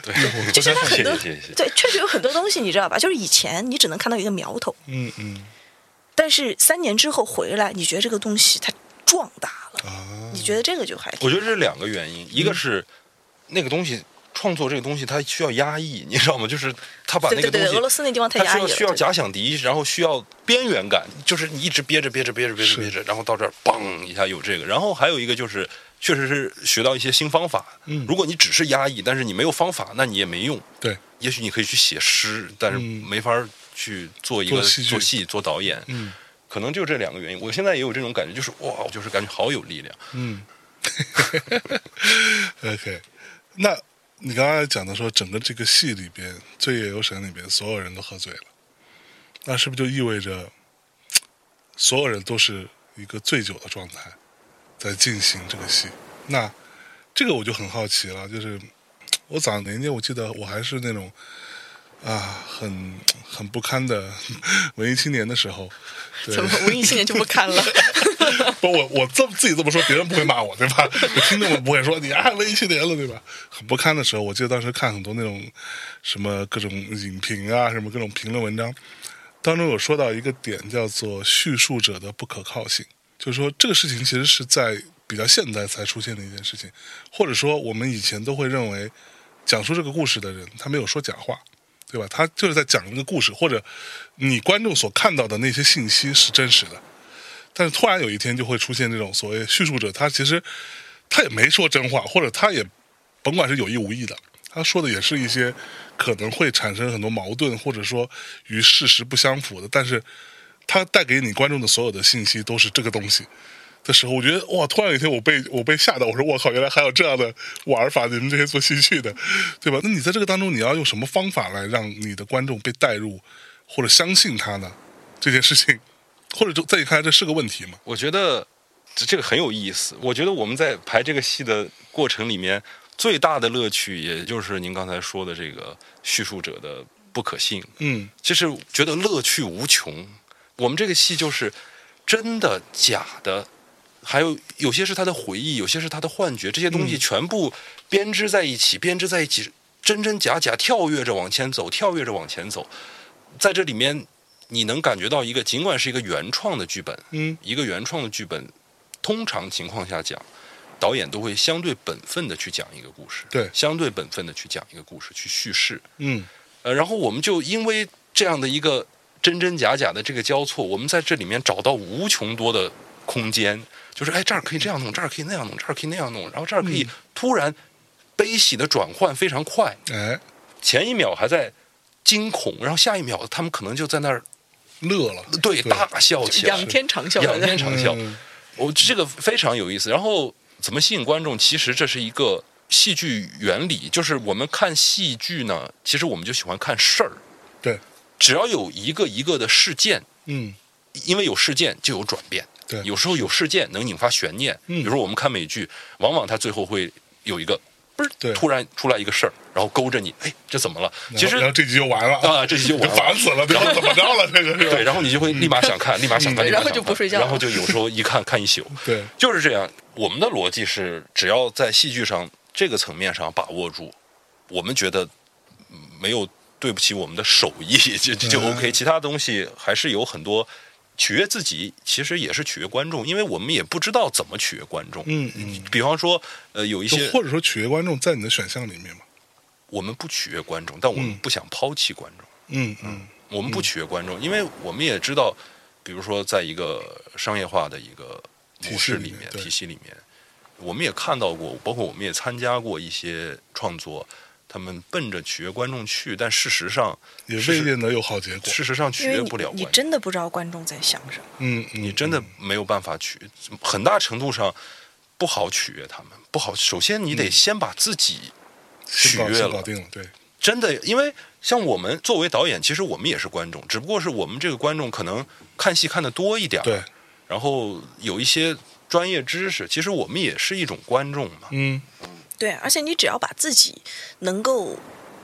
B: 对，
C: 就是他
B: 谢
C: 很多
B: 谢谢谢，
C: 对，确实有很多东西，你知道吧？就是以前你只能看到一个苗头，
A: 嗯嗯
C: 但是三年之后回来，你觉得这个东西它壮大了，
A: 啊，
C: 你觉得这个就还挺
B: 我觉得嗯这是两个原因，一
C: 嗯
B: 个是那个东西创作这个东西它需要压抑，你知道吗？就是他把
C: 对
B: 那
C: 对
B: 个东
C: 对，
B: 西
C: 俄罗斯那地方太
B: 它
C: 压
B: 需要
C: 抑了，
B: 需要
C: 对
B: 假想敌，然后需要边缘感，就是你一直憋着憋着憋着憋着
A: 是
B: 憋着，然后到这儿嘣一下有这个，然后还有一个就是确实是学到一些新方法。
A: 嗯
B: 如果你只是压抑，但是你没有方法，那你也没用。
A: 对，
B: 也许你可以去写诗，但是
A: 嗯
B: 没法儿去做一个
A: 做戏剧
B: 做戏做导演，
A: 嗯
B: 可能就这两个原因。我现在也有这种感觉，就是哇，我就是感觉好有力量。
A: 嗯 <laughs> ，OK，那你刚才讲的说，整个这个戏里边，《罪夜游神》里边，所有人都喝醉了，那是不是就意味着所有人都是一个醉酒的状态在进行这个戏？那这个我就很好奇了，就是我早年间我记得我还是那种。啊，很很不堪的 <laughs> 文艺青年的时候，对
C: 怎么文艺青年就不
B: <laughs>
C: 看了？
A: <laughs> 不，我我这么自己这么说，别人不会骂我，对吧？ <laughs> 我听众们不会说你啊，文艺青年了，对吧？很不堪的时候，我记得当时看很多那种什么各种影评啊，什么各种评论文章，当中有说到一个点叫做叙述者的不可靠性，就是说这个事情其实是在比较现代才出现的一件事情，或者说我们以前都会认为讲述这个故事的人他没有说假话。对吧？他就是在讲一个故事，或者你观众所看到的那些信息是真实的，但是突然有一天就会出现这种所谓叙述者，他其实他也没说真话，或者他也甭管是有意无意的，他说的也是一些可能会产生很多矛盾，或者说与事实不相符的，但是他带给你观众的所有的信息都是这个东西。的时候，我觉得哇！突然有一天，我被我被吓到，我说我靠，原来还有这样的玩法！你们这些做戏剧的，对吧？那你在这个当中，你要用什么方法来让你的观众被带入或者相信他呢？这件事情， <laughs> 或者就在你看来，这是个问题吗？
B: 我觉得这这个很有意思。我觉得我们在排这个戏的过程里面，最大的乐趣，也就是您刚才说的这个叙述者的不可信，
A: 嗯
B: 其实觉得乐趣无穷。我们这个戏就是真的、假的，还有有些是他的回忆，有些是他的幻觉，这些东西
A: 嗯
B: 全部编织在一起，编织在一起，真真假假，跳跃着往前走，跳跃着往前走。在这里面，你能感觉到一个，尽管是一个原创的剧本，
A: 嗯
B: 一个原创的剧本，通常情况下讲，导演都会相对本分的去讲一个故事，
A: 对
B: 相对本分的去讲一个故事，去叙事。
A: 嗯
B: 呃，然后我们就因为这样的一个真真假假的这个交错，我们在这里面找到无穷多的空间，就是哎，这儿可以这样弄，这儿可以那样弄，这儿可以那样弄，然后这儿可以
A: 嗯
B: 突然悲喜的转换非常快，
A: 哎，
B: 前一秒还在惊恐，然后下一秒他们可能就在那儿
A: 乐了，
B: 对
A: 对
B: 大笑起来，
C: 仰天长啸，
B: 仰天长啸。
A: 嗯
B: 我这个非常有意思。然后怎么吸引观众？其实这是一个戏剧原理，就是我们看戏剧呢，其实我们就喜欢看事儿。
A: 对，
B: 只要有一个一个的事件，
A: 嗯
B: 因为有事件就有转变。
A: 对
B: 有时候有事件能引发悬念。
A: 嗯
B: 比如说我们看美剧，往往它最后会有一个不是
A: 对
B: 突然出来一个事儿，然后勾着你，哎，这怎么了？其
A: 嗯然后然后
B: 实
A: 这集就完了
B: 啊，这集
A: <laughs>
B: 就
A: 就
B: 完了。
A: 烦死了，对吧？怎么着
B: <laughs>
A: 了？嗯这个是吧？
B: 对，然后你就会立马想看，立马想看，
C: 对
B: 立马
C: 然后
B: 想
C: 就不
B: 看
C: 睡觉了
B: 然后就有时候一看看一宿。
A: 对
B: 就是这样。我们的逻辑是，只要在戏剧上这个层面上把握住，我们觉得嗯没有对不起我们的手艺， <laughs> 就就就
A: 嗯
B: OK。其他东西还是有很多取悦自己，其实也是取悦观众，因为我们也不知道怎么取悦观众。
A: 嗯嗯，
B: 比方说，呃，有一
A: 就
B: 些
A: 或者说取悦观众在你的选项里面嘛？
B: 我们不取悦观众，但我们
A: 嗯
B: 不想抛弃观众。
A: 嗯嗯
B: 我们不取悦观众，因为我们也知道，比如说在一个商业化的一个模式里
A: 体系里
B: 面
A: 面、对
B: 体系里面，我们也看到过，包括我们也参加过一些创作，他们奔着取悦观众去，但事实上，
A: 也
B: 事
A: 未
B: 实
A: 见得有好结果。
B: 事实上取
C: 嗯因为
B: 悦
C: 你
B: 不了观
C: 你
B: 众，
C: 真的不知道观众在想什么。
A: 嗯，嗯
B: 你真的没有办法取，很大程度上不好取悦他们，不好。首先，
A: 嗯
B: 你得先把自己。
A: 先搞
B: 取悦
A: 先
B: 了
A: 搞定了，对，
B: 真的，因为像我们作为导演，其实我们也是观众，只不过是我们这个观众可能看戏看的多一点儿，
A: 对
B: 然后有一些专业知识，其实我们也是一种观众嘛。
A: 嗯
C: 对，而且你只要把自己能够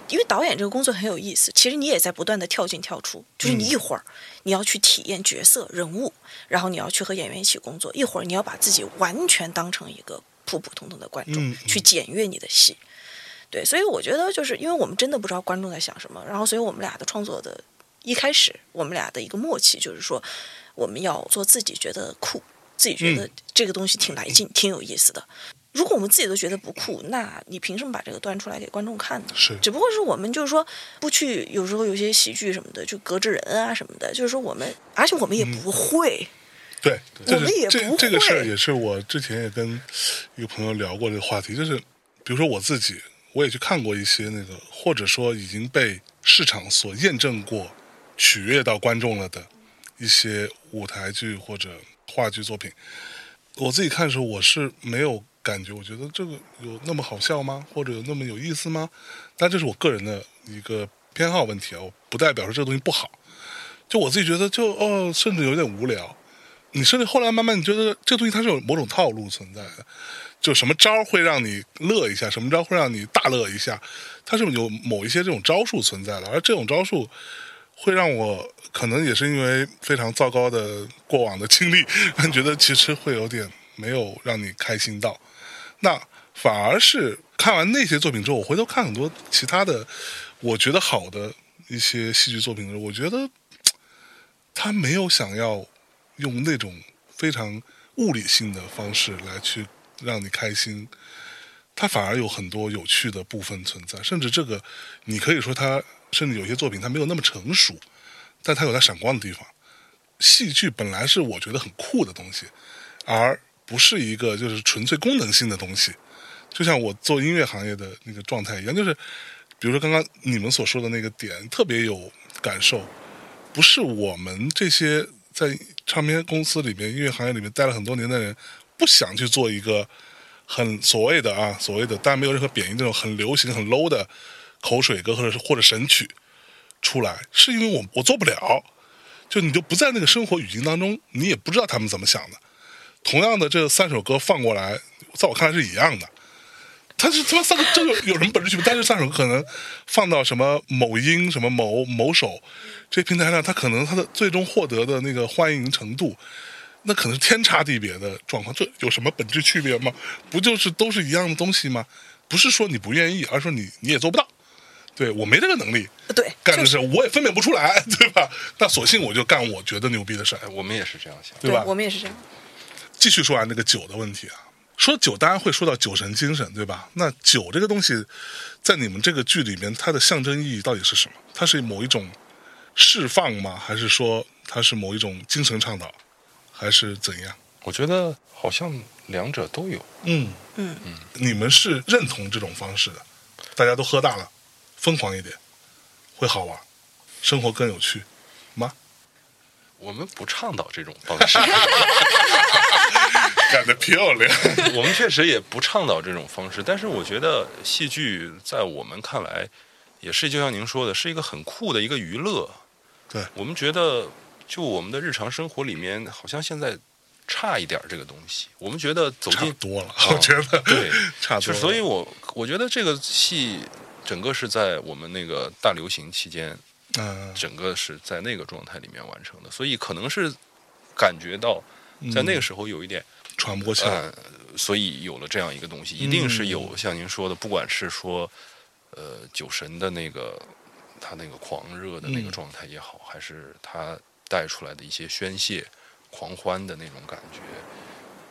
C: 因为导演这个工作很有意思，其实你也在不断的跳进跳出，就是
B: 嗯
C: 你一会儿你要去体验角色人物，然后你要去和演员一起工作，一会儿你要把自己完全当成一个普普通通的观众、
A: 嗯嗯
C: 去检阅你的戏。对，所以我觉得就是因为我们真的不知道观众在想什么，然后所以我们俩的创作的一开始，我们俩的一个默契就是说，我们要做自己觉得酷，自己觉得
A: 嗯
C: 这个东西挺来劲、挺有意思的。如果我们自己都觉得不酷，那你凭什么把这个端出来给观众看呢？
A: 是
C: 只不过是我们就是说不去，有时候有些喜剧什么的就隔着人啊什么的，就是说我们，而且我们也
A: 嗯
C: 不会，
A: 对，
C: 我
A: 这
C: 们也
A: 是
C: 不
A: 这这
C: 会
A: 个事儿也是我之前也跟一个朋友聊过这个话题，就是比如说我自己，我也去看过一些那个，或者说已经被市场所验证过取悦到观众了的一些舞台剧或者话剧作品，我自己看的时候我是没有感觉，我觉得这个有那么好笑吗？或者有那么有意思吗？但这是我个人的一个偏好问题啊，我不代表说这个东西不好。就我自己觉得就，哦，甚至有点无聊。你甚至后来慢慢你觉得这东西它是有某种套路存在的，就什么招儿会让你乐一下，什么招儿会让你大乐一下，它是有某一些这种招数存在的，而这种招数会让我可能也是因为非常糟糕的过往的经历，让你觉得其实会有点没有让你开心到，那反而是看完那些作品之后，我回头看很多其他的我觉得好的一些戏剧作品的时候，我觉得他没有想要用那种非常物理性的方式来去让你开心，它反而有很多有趣的部分存在。甚至这个，你可以说它，甚至有些作品它没有那么成熟，但它有它闪光的地方。戏剧本来是我觉得很酷的东西，而不是一个就是纯粹功能性的东西。就像我做音乐行业的那个状态一样，就是比如说刚刚你们所说的那个点，特别有感受。不是我们这些在唱片公司里面、音乐行业里面待了很多年的人，不想去做一个很所谓的啊，所谓的，但没有任何贬义，那种很流行、很 low 的口水歌或者是或者神曲出来，是因为我我做不了，就你就不在那个生活语境当中，你也不知道他们怎么想的。同样的，这三首歌放过来，在我看来是一样的。他是他妈三个，这个有什么本质区别？但是三首歌可能放到什么某音、什么某某手这些平台上，它可能它的最终获得的那个欢迎程度，那可能是天差地别的状况。这有什么本质区别吗？不就是都是一样的东西吗？不是说你不愿意，而是说你你也做不到。对我没这个能力
C: 对，
A: 干
C: 就
A: 的
C: 是
A: 事，我也分辨不出来，对吧？那索性我就干我觉得牛逼的事儿
B: 哎，，我们也是这样想。
C: 对
A: 吧？
C: 我们也是这样。
A: 继续说完那个酒的问题啊，说酒当然会说到酒神精神，对吧？那酒这个东西，在你们这个剧里面，它的象征意义到底是什么？它是某一种释放吗？还是说它是某一种精神倡导，还是怎样？
B: 我觉得好像两者都有。
A: 嗯
C: 嗯
A: 你们是认同这种方式的，大家都喝大了，疯狂一点，会好玩，生活更有趣吗？
B: 我们不倡导这种方式，
A: <laughs> 干得漂亮！
B: 我们确实也不倡导这种方式。但是我觉得戏剧在我们看来，也是就像您说的，是一个很酷的一个娱乐。
A: 对
B: 我们觉得，就我们的日常生活里面，好像现在差一点这个东西。我们觉得
A: <laughs>
B: 走
A: 差
B: 进
A: 多了，
B: 啊
A: 我觉得
B: 对，
A: 差多
B: 就
A: 了。
B: 所以我，我觉得这个戏整个是在我们那个大流行期间，
A: 嗯，
B: 整个是在那个状态里面完成的，所以可能是感觉到
A: 嗯
B: 在那个时候有一点，
A: 喘不过气来。
B: 呃，所以有了这样一个东西，一定是有像您说的，不管是说呃酒神的那个他那个狂热的那个
A: 嗯
B: 状态也好，还是他带出来的一些宣泄、狂欢的那种感觉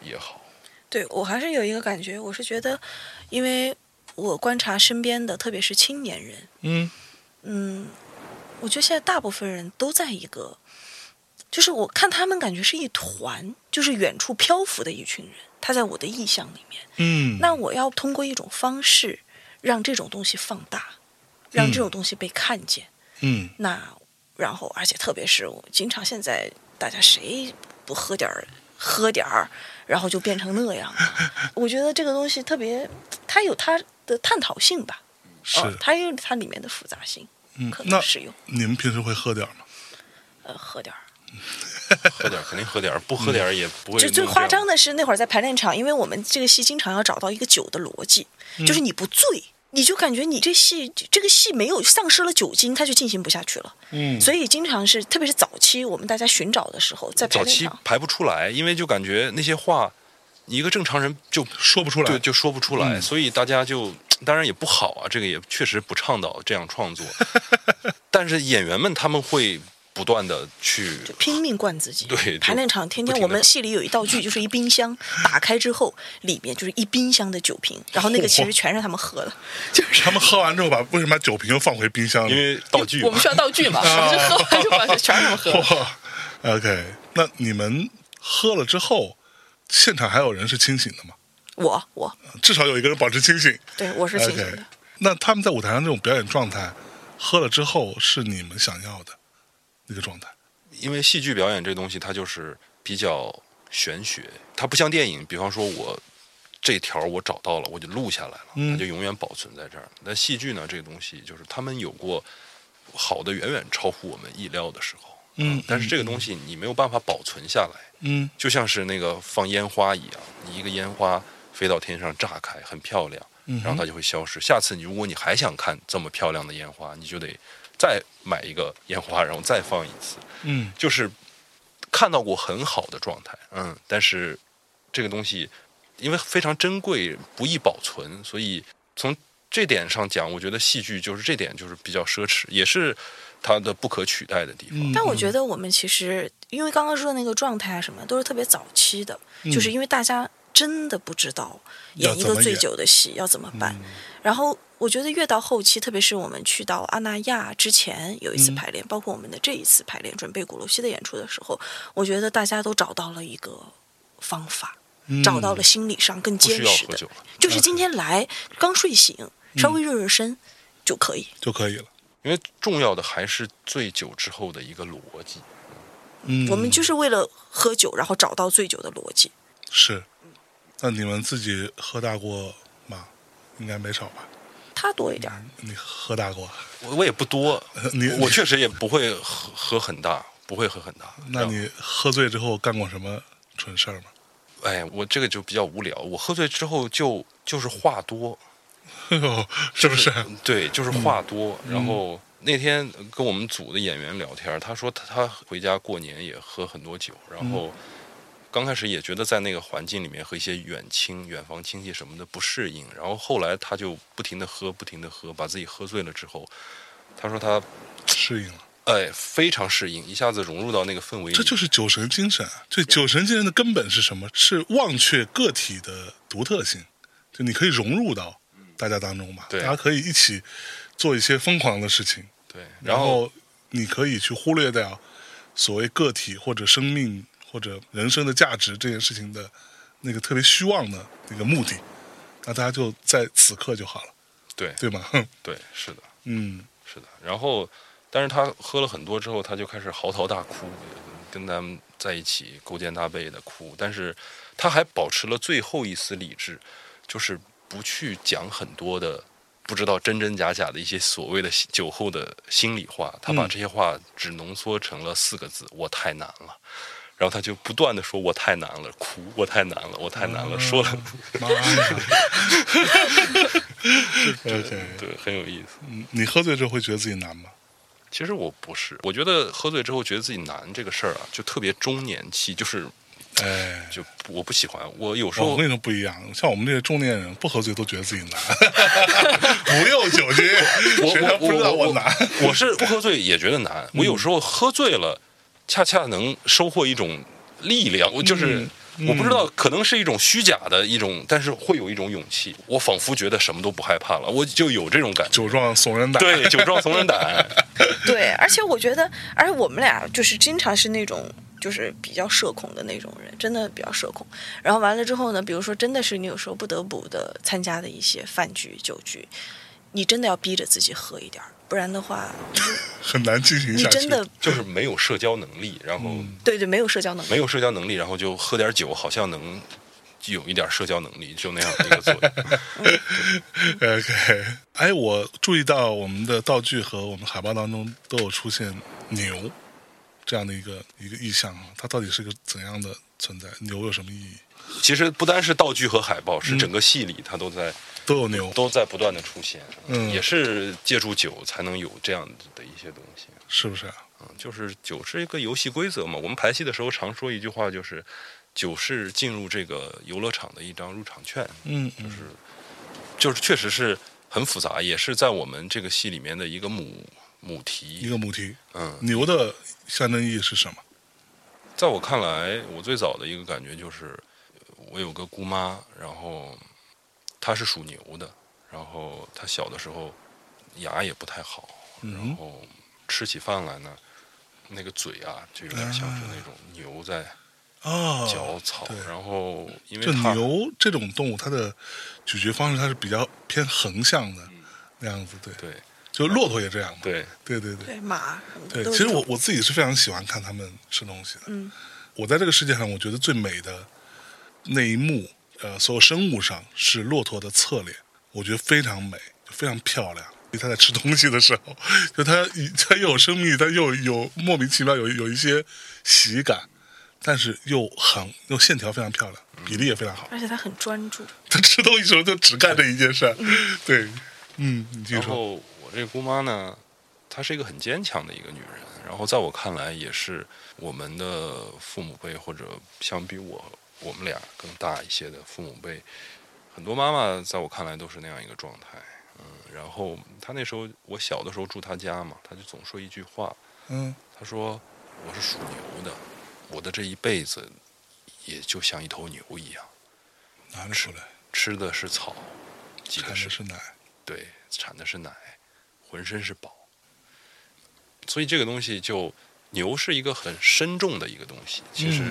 B: 也好，
C: 对我还是有一个感觉，我是觉得，因为我观察身边的，特别是青年人，
A: 嗯
C: 嗯，我觉得现在大部分人都在一个，就是我看他们感觉是一团，就是远处漂浮的一群人，他在我的意象里面。
A: 嗯，
C: 那我要通过一种方式，让这种东西放大，让这种东西被看见。
A: 嗯。
C: 那然后，而且特别是我经常现在大家谁不喝点儿喝点儿，然后就变成那样
A: <laughs>
C: 了。我觉得这个东西特别，它有它的探讨性吧，
A: 是，
C: 呃它有它里面的复杂性，
A: 嗯
C: 可，
A: 那
C: 能是有
A: 你们平时会喝点儿吗？ <laughs>
C: 呃喝点儿。
B: 喝点儿肯定喝点儿，不喝点儿也不会。
C: 就最夸
B: 嗯
C: 张，的是那会儿在排练场，因为我们这个戏经常要找到一个酒的逻辑，就是你不醉你就感觉你这戏这个戏没有丧失了酒精，它就进行不下去了。
A: 嗯，
C: 所以经常是，特别是早期我们大家寻找的时候，在排
B: 早
C: 练
B: 期
C: 场，
B: 排不出来，因为就感觉那些话，一个正常人就
A: 说不出来
B: 对，就说不出来，
A: 嗯
B: 所以大家就当然也不好啊，这个也确实不倡导这样创作，但是演员们他们会不断的去
C: 就拼命灌自己。
B: 对就
C: 排练场天
B: 不
C: 天
B: 停地
C: 我们戏里有一
B: <laughs>
C: 道具，就是一冰箱，打开之后里面就是一冰箱的酒瓶，然后那个其实全是他们喝
B: <laughs>
C: 的，就是
A: 他们喝完之后把为什么把酒瓶又放回冰箱里？
B: 因为道具
D: 我
B: 嘛
D: 们需要道
B: <laughs>
D: 具嘛，
B: 啊
D: 我们就喝完就把这全让喝。
A: <laughs> 哇，OK，那你们喝了之后，现场还有人是清醒的吗？
C: <laughs> 我我
A: 至少有一个人保持清醒。
C: 对我是清醒
A: OK，
C: 的。
A: 那他们在舞台上这种表演状态，喝了之后是你们想要的那个状态。
B: 因为戏剧表演这东西，它就是比较玄学，它不像电影，比方说我这条我找到了，我就录下来了，
A: 嗯
B: 它就永远保存在这儿。但戏剧呢，这个东西就是他们有过好的远远超乎我们意料的时候，啊
A: 嗯
B: 但是这个东西你没有办法保存下来，
A: 嗯
B: 就像是那个放烟花一样，你一个烟花飞到天上炸开，很漂亮，
A: 嗯哼
B: 然后它就会消失。下次你如果你还想看这么漂亮的烟花，你就得再买一个烟花，然后再放一次。
A: 嗯
B: 就是看到过很好的状态，嗯，但是这个东西因为非常珍贵，不易保存，所以从这点上讲，我觉得戏剧就是这点就是比较奢侈，也是它的不可取代的地方。
A: 嗯，
C: 但我觉得我们其实，因为刚刚说的那个状态啊什么，都是特别早期的，就是因为大家真的不知道
A: 嗯要
C: 演一
A: 怎
C: 个
A: 么
C: 醉
A: 演嗯
C: 酒的戏要怎么办。然后我觉得越到后期，特别是我们去到阿那亚之前有一次
A: 嗯
C: 排练，包括我们的这一次排练准备鼓楼西的演出的时候，我觉得大家都找到了一个方法，
A: 嗯
C: 找到了心理上更
B: 不需
C: 坚
B: 要
C: 实
B: 喝
C: 的
B: 酒，了，
C: 就是今天来刚睡醒，稍
A: 嗯
C: 微热热身就可以。
A: 就可以了。
B: 因为重要的还是醉酒之后的一个逻辑。
A: 嗯，
C: 我们就是为了喝酒，然后找到醉酒的逻辑。
A: 是。那你们自己喝大过吗？应该没少吧？
C: 他多一点儿，
A: 你喝大过？ <laughs>
B: 我我也不多，
A: 你
B: 我确实也不会喝喝很大，不会喝很大。
A: 那你喝醉之后干过什么蠢事儿吗？ <laughs>
B: 哎，我这个就比较无聊。我喝醉之后就就是话多，
A: 哎呦，是不是？嗯
B: 对，就是话多。然后那天跟我们组的演员聊天，他说他他回家过年也喝很多酒，
A: 嗯
B: 然后刚开始也觉得在那个环境里面和一些远亲、远房亲戚什么的不适应，然后后来他就不停的喝，不停的喝，把自己喝醉了之后，他说他
A: 适应了，
B: 哎非常适应，一下子融入到那个氛围里。
A: 这就是酒神精神啊！这酒神精神的根本是什么？是忘却个体的独特性，就你可以融入到大家当中嘛，
B: 对
A: 大家可以一起做一些疯狂的事情，
B: 对，
A: 然
B: 然后
A: 后你可以去忽略掉所谓个体或者生命或者人生的价值这件事情的那个特别虚妄的那个目的，那大家就在此刻就好了，
B: 对
A: 对吗？ <laughs>
B: 对是的。
A: 嗯，
B: 是的，然后，但是他喝了很多之后，他就开始嚎啕大哭，跟咱们在一起勾肩搭背的哭。但是，他还保持了最后一丝理智，就是不去讲很多的不知道真真假假的一些所谓的酒后的心里话。他把
A: 嗯
B: 这些话只浓缩成了四个字：我太难了。然后他就不断的说：“我太难了，哭，我太难了，我太难了。”说了，
A: 妈呀
B: <laughs>
A: ，OK，
B: 对，很有意思。
A: 嗯你喝醉之后会觉得自己难吗？
B: 其实我不是，我觉得喝醉之后觉得自己难这个事儿啊，就特别中年期，就是
A: 哎，
B: 就不我不喜欢。我有时
A: 哦我
B: 候
A: 跟你说不一样，像我们这些中年人不喝醉都觉得自己
B: <laughs>
A: 难，不用酒精，
B: 我
A: 谁还不知道
B: 我
A: 难？嗯
B: 我是不喝醉也觉得难，我有时候喝醉了，恰恰能收获一种力量，我就是。
A: 嗯
B: 我不知道，可能是一种虚假的一种，但是会有一种勇气。我仿佛觉得什么都不害怕了，我就有这种
A: <laughs>
B: 感觉。
A: 酒壮怂人胆，
B: 对， <laughs> 酒壮怂
A: <laughs>
B: 人胆，
C: 对，而且我觉得，而且我们俩就是经常是那种就是比较社恐的那种人，真的比较社恐。然后完了之后呢，比如说真的是你有时候不得不的参加的一些饭局、酒局，你真的要逼着自己喝一点儿，不然的话，
A: 很难进行
C: 你
A: 下去。
C: 真的
B: 就是没有社交能力，然后
A: 嗯
C: 对对没有社交能力。
B: 没有社交能力，然后就喝点酒，好像能有一点社交能力，就那样的一个作用。
A: OK，哎，我注意到我们的道具和我们海报当中都有出现牛这样的一个一个意象啊，它到底是个怎样的存在？牛有什么意义？
B: 其实不单是道具和海报，是整个戏里它都在
A: 都有牛，
B: 都在不断的出现，
A: 嗯
B: 也是借助酒才能有这样的一些东西。
A: 是不啊是？
B: 嗯，就是酒是一个游戏规则嘛。我们排戏的时候常说一句话，就是酒是进入这个游乐场的一张入场券，
A: 嗯嗯
B: 就是就是确实是很复杂，也是在我们这个戏里面的一个母母
A: 一
B: 题。
A: 个母题，
B: 嗯，
A: 牛的象征意义是什么？
B: 在我看来，我最早的一个感觉就是，我有个姑妈，然后她是属牛的，然后她小的时候牙也不太好，然
A: 嗯，
B: 后吃起饭来呢，那个嘴啊就有点像是那种牛在嚼
A: 哦，
B: 草，
A: 对
B: 然后因为
A: 就
B: 它
A: 牛这种动物，它的咀嚼方式它是比较偏横向的那样子，嗯对，
B: 对
A: 就骆驼也这样嘛，
B: 对，
A: 对对对
C: 对马啊什么的
A: 对。
C: 都
A: 其
C: 是
A: 实
C: 这
A: 我
C: 种
A: 我自己是非常喜欢看它们吃东西的，
C: 嗯
A: 我在这个世界上，我觉得最美的那一幕，呃，所有生物上是骆驼的侧脸，我觉得非常美，非常漂亮。它在吃东西的时候，就它它又有生命力，但又有莫名其妙有有一些喜感，但是又很又线条非常漂亮，比例也非常好。
C: 而且他很专注，
A: 它吃东西的时候就只干这一件事儿，对，嗯，你继续
B: 然
A: 说，
B: 后我这姑妈呢，她是一个很坚强的一个女人，然后在我看来也是我们的父母辈或者相比我我们俩更大一些的父母辈，很多妈妈在我看来都是那样一个状态。嗯，然后她那时候我小的时候住她家嘛，她就总说一句话，
A: 嗯，
B: 她说我是属牛的，我的这一辈子也就像一头牛一样，
A: 拿着出来，
B: 吃的是草，挤
A: 产
B: 的
A: 的
B: 是
A: 是奶，
B: 对，产的是奶，浑身是宝。所以这个东西就牛是一个很深重的一个东西，其实、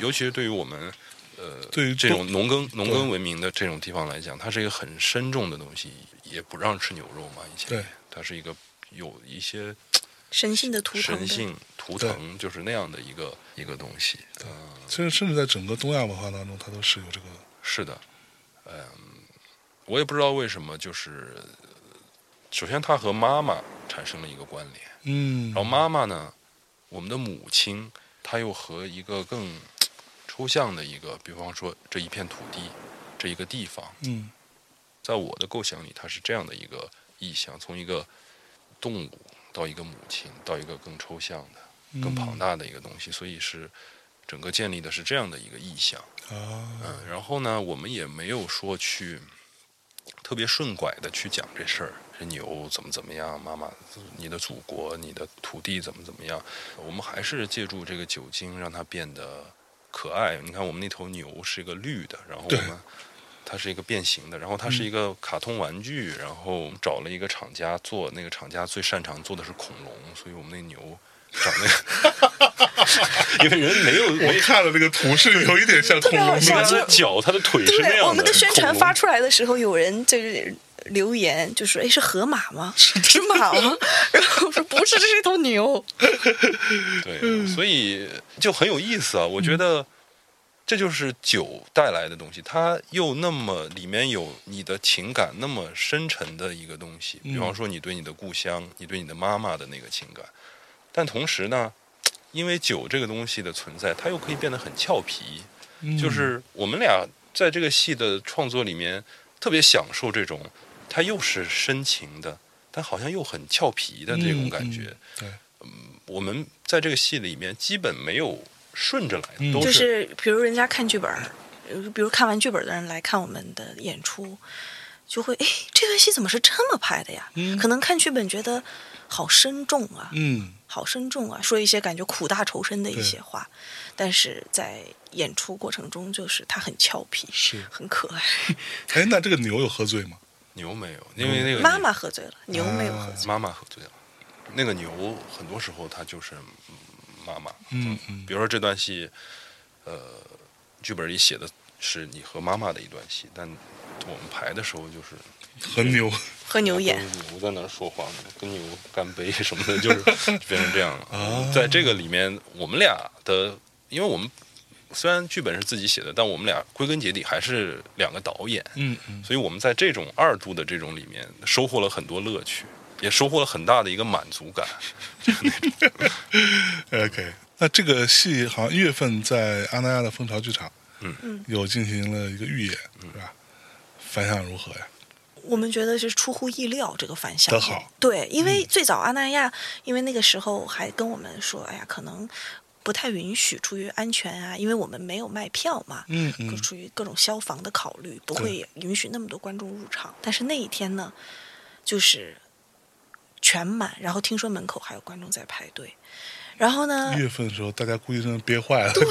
B: 尤其是对于我们呃
A: 嗯对于
B: 这
A: 动
B: 种农耕农耕文明的这种地方来讲，它是一个很深重的东西，也不让吃牛肉嘛，以前
A: 对
B: 它是一个有一些
C: 神性的图腾
B: 神
C: 的
B: 性图
A: 对
B: 腾，就是那样的一个一个东西。嗯、
A: 其实甚至在整个东亚文化当中，它都是有这个，
B: 是的，嗯，我也不知道为什么，就是呃首先它和妈妈产生了一个关联。
A: 嗯，
B: 然后妈妈呢，我们的母亲，她又和一个更抽象的一个，比方说这一片土地，这一个地方，
A: 嗯
B: 在我的构想里，它是这样的一个意象，从一个动物到一个母亲，到一个更抽象的、
A: 嗯
B: 更庞大的一个东西，所以是整个建立的是这样的一个意象。
A: 啊，
B: 嗯，然后呢，我们也没有说去特别顺拐的去讲这事儿，这牛怎么怎么样，妈妈，你的祖国，你的土地怎么怎么样，我们还是借助这个酒精让它变得可爱。你看，我们那头牛是一个绿的，然后我
A: 对嗯
B: 们。它是一个变形的，然后它是一个卡通玩具，然后找了一个厂家做，那个厂家最擅长做的是恐龙，所以我们那牛长得， <laughs>
A: <laughs>
B: 因为人没有没
A: 我看了这个图是有一点像恐龙
B: 你看
A: 的
B: 他的脚，他的腿是那样
C: 对，
B: 的。
C: 我们的宣传
B: 恐龙
C: 发出来的时候，有人就是留言，就说：“哎，是河马吗？是马吗？” <laughs> 然后我说：“不是，这是一头牛。嗯
B: 对，所以就很有意思啊。我觉得这就是酒带来的东西，它又那么里面有你的情感那么深沉的一个东西，比
C: 嗯
B: 方说你对你的故乡，你对你的妈妈的那个情感，但同时呢，因为酒这个东西的存在，它又可以变得很俏皮，
A: 嗯
B: 就是我们俩在这个戏的创作里面特别享受这种，它又是深情的，但好像又很俏皮的这种感觉。
A: 嗯
B: 我们在这个戏里面基本没有顺着来，
A: 嗯
B: 都”
C: 就是是比如人家看剧本儿，呃比如看完剧本的人来看我们的演出，就会哎，这段戏怎么是这么拍的呀？
A: 嗯
C: 可能看剧本觉得好深重啊，
A: 对，嗯，
C: 好深重啊，说一些感觉苦大仇深的一些话，但是在演出过程中，就是他很俏皮，
A: 是。
C: 很可爱。
A: 哎，那这个牛有喝醉吗？
B: 牛没有，因为那个
C: 妈妈喝醉了，牛没有喝醉。
B: 妈妈喝醉了，那个牛很多时候它就是嗯妈妈，
A: 嗯嗯
B: 比如说这段戏，呃，剧本里写的是你和妈妈的一段戏，但我们排的时候就是
A: 和嗯牛，
C: 喝牛眼，
B: 牛在那儿说谎，跟牛干杯 <laughs> 什么的，就是变成这样了。
A: 啊
B: <laughs> 在这个里面，我们俩的，因为我们虽然剧本是自己写的，但我们俩归根结底还是两个导演，
A: 嗯嗯，
B: 所以我们在这种二度的这种里面，收获了很多乐趣，也收获了很大的一个满足感。嗯
A: OK。那这个戏好像一月份在阿那亚的蜂巢剧场，
B: 嗯
C: 嗯，
A: 有进行了一个预演，是吧？反响如何呀？
C: 我们觉得是出乎意料这个反响
A: 得好。嗯
C: 对，因为最早阿那亚，因为那个时候还跟我们说，哎呀，可能不太允许，出于安全啊，因为我们没有卖票嘛，
A: 嗯
C: 可
A: 嗯，
C: 出于各种消防的考虑，不会允许那么多观众入场。但是那一天呢，就是全满，然后听说门口还有观众在排队，然后呢
A: 一，月份的时候大家估计真的憋坏了。
C: 对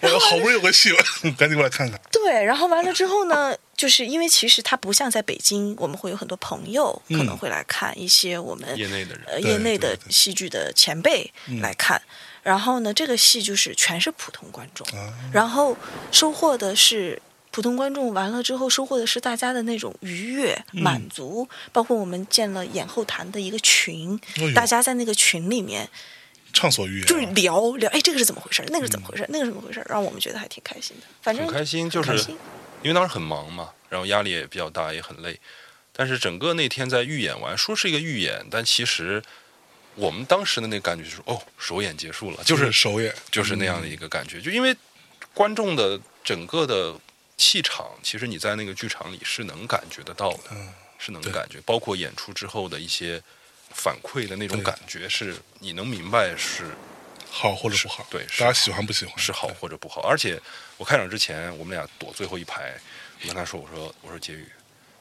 A: 我好不容易有个戏，我赶紧过来看看。
C: 对，然后完了之后呢，就是因为其实它不像在北京，我们会有很多朋友可
A: 嗯
C: 能会来看一些我们
B: 业内的人，
C: 呃
A: 对
C: 业内的
A: 对对
C: 戏剧的前辈
B: 嗯
C: 来看。然后呢，这个戏就是全是普通观
B: 嗯
C: 众，
A: 啊，
C: 然后收获的是普通观众，完了之后收获的是大家的那种愉悦、
B: 嗯
C: 满足，包括我们建了演后谈的一个群，
A: 哎呦
C: 大家在那个群里面
A: 畅所欲言。
B: 啊
A: 啊
C: 就是聊聊，哎，这个是怎么回事儿？那个是怎么回事儿？那个是怎么回事儿？让我们觉得还挺开心的，反正
B: 嗯很开心，
C: 呃很
B: 就是
C: 开心
B: 因为当时很忙嘛，然后压力也比较大，也很累。但是整个那天在预演完，说是一个预演，但其实我们当时的那感觉就是，哦，首演结束了，就
A: 就是
B: 是
A: 首演，
B: 就是那样
A: 嗯
B: 的一个感觉。就因为观众的整个的气场，其实你在那个剧场里是能感觉得到的，
A: 嗯
B: 是能
A: 对
B: 感觉，包括演出之后的一些反馈的那种
A: 对
B: 感觉，是你能明白是
A: 好或者不好，
B: 是对是
A: 大家喜欢不喜欢
B: 是好或者不好。而且我开场之前，我们俩躲最后一排，我跟他说：“我说我说杰宇，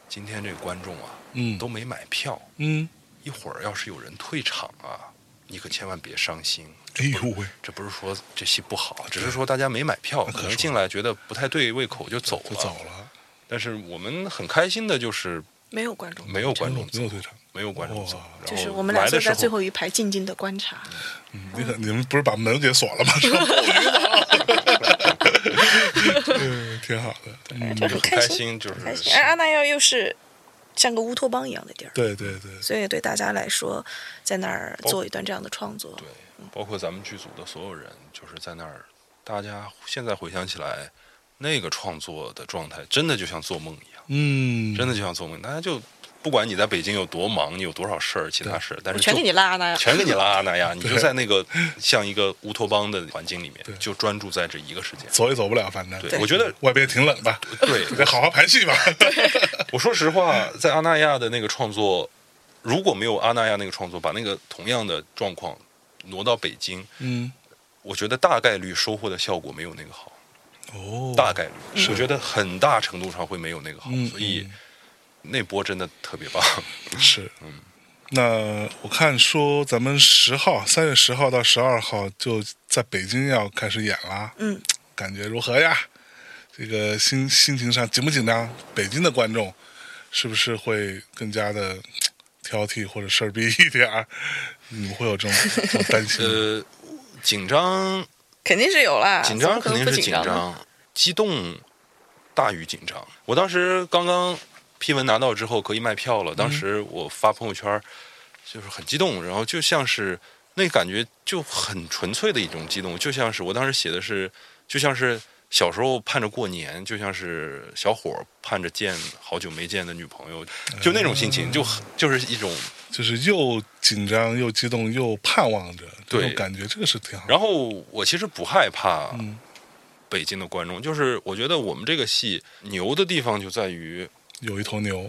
B: 今天这个观众啊，
A: 嗯
B: 都没买票，
A: 嗯，
B: 一会儿要是有人退场啊，你可千万别伤心。”
A: 哎呦喂，
B: 这不是说这戏不好，只是说大家没买票，
A: 可
B: 可能
A: 说
B: 进来觉得不太对胃口就走
A: 就
B: 了。
A: 走了，
B: 但是我们很开心的就是
C: 没有观众，
B: 没有观众
A: 哎没有哦
B: 走，
A: 退场。
B: 没有观众走
A: 哇，
B: 然
C: 就是
B: 后
C: 我们俩
B: 来
C: 坐
B: 的时
C: 在最
B: 候
C: 后一排静静的观察。
A: 嗯你看你们不是把门给锁了吗？是吧嗯，
B: <laughs>
A: 挺好的。嗯，
B: 就是很
C: 开
B: 开
C: 心
B: 心，就是
C: 开心，而啊阿那亚又是像个乌托邦一样的地儿，
A: 对对对，
C: 所以对大家来说，在那儿
B: 包
C: 做一段这样的创作，
B: 对，包括咱们剧组的所有人，就是在那儿，大家现在回想起来，那个创作的状态，真的就像做梦一样，
A: 嗯，
B: 真的就像做梦。大家就不管你在北京有多忙，你有多少事儿，其他事儿，但
C: 我
B: 是
C: 全
B: 就
C: 给你拉阿那
B: <laughs>
C: 亚。
B: 全
C: <laughs>
B: 给你拉阿那亚，你就
A: 对
B: 在那个像一个乌托邦的环境里面，就专注在这一个
A: <laughs>
B: 事件。
A: 走也走不了，反正
B: 对我觉得
A: 外边挺冷吧，
B: 对，
A: 得好好排戏吧。
B: 我说实话，在阿那亚的那个创作，如果没有阿那亚那个创作，把那个同样的状况挪到北京，
A: 嗯，
B: 我觉得大概率收获的效果没有那个好。
A: 哦，
B: 大概率，我觉得很大程度上会没有那个好，
A: 嗯
B: 所以那波真的特别棒。
A: <laughs> 是，嗯。那我看说咱们十号，三月十号到十二号就在北京要开始演啦，
C: 嗯，
A: 感觉如何呀？这个心心情上紧不紧张？北京的观众是不是会更加的挑剔或者事儿逼一点儿？你们会有这种这种担心吗？
B: 呃，紧张，
D: 肯定是有啦，
B: 紧
D: 怎
B: 张
D: 么可
B: 肯
D: 能
B: 定
D: 啊不
B: 是紧
D: 张呢。
B: 张，激动大于紧张。我当时刚刚批文拿到之后可以卖票了，当
D: 嗯
B: 时我发朋友圈就是很激动，然后就像是那感觉就很纯粹的一种激动，就像是我当时写的是，就像是。小时候盼着过年，就像是小伙儿盼着见好久没见的女朋友，
D: 嗯
B: 就那种心情，就很就是一种
A: 就是又紧张又激动又盼望着这种
B: 对
A: 感觉，这个是挺好的。
B: 然后我其实不害怕
A: 嗯
B: 北京的观众，就是我觉得我们这个戏牛的地方就在于，
A: 有一头牛，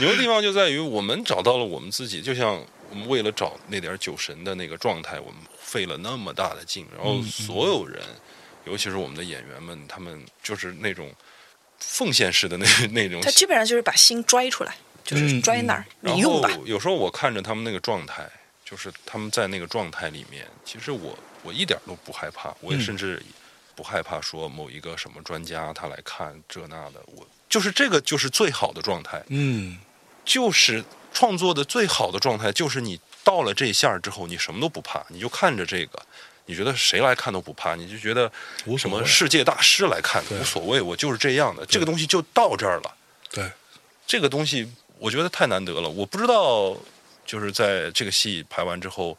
B: 牛的地方就在于我们找到了我们自己，就像我们为了找那点儿酒神的那个状态，我们费了那么大的劲，然后
A: 嗯嗯
B: 所有人，尤其是我们的演员们，他们就是那种奉献式的那 <laughs> 那种
C: 他基本上就是把心拽出来，就是
A: 嗯
C: 拽哪儿、
B: 然
C: 你用
B: 后
C: 吧。
B: 有时候我看着他们那个状态，就是他们在那个状态里面，其实我我一点都不害怕，我也
A: 嗯
B: 甚至不害怕说某一个什么专家他来看这那的，我就是这个就是最好的状态，
A: 嗯，
B: 就是创作的最好的状态，就是你到了这一下儿之后，你什么都不怕，你就看着这个。你觉得谁来看都不怕，你就觉得
A: 无
B: 什
A: 所
B: 么
A: 谓
B: 世界大师来看
A: 对
B: 无所谓，我就是这样的，这个东西就到这儿了。
A: 对，
B: 这个东西我觉得太难得了。我不知道，就是在这个戏排完之后，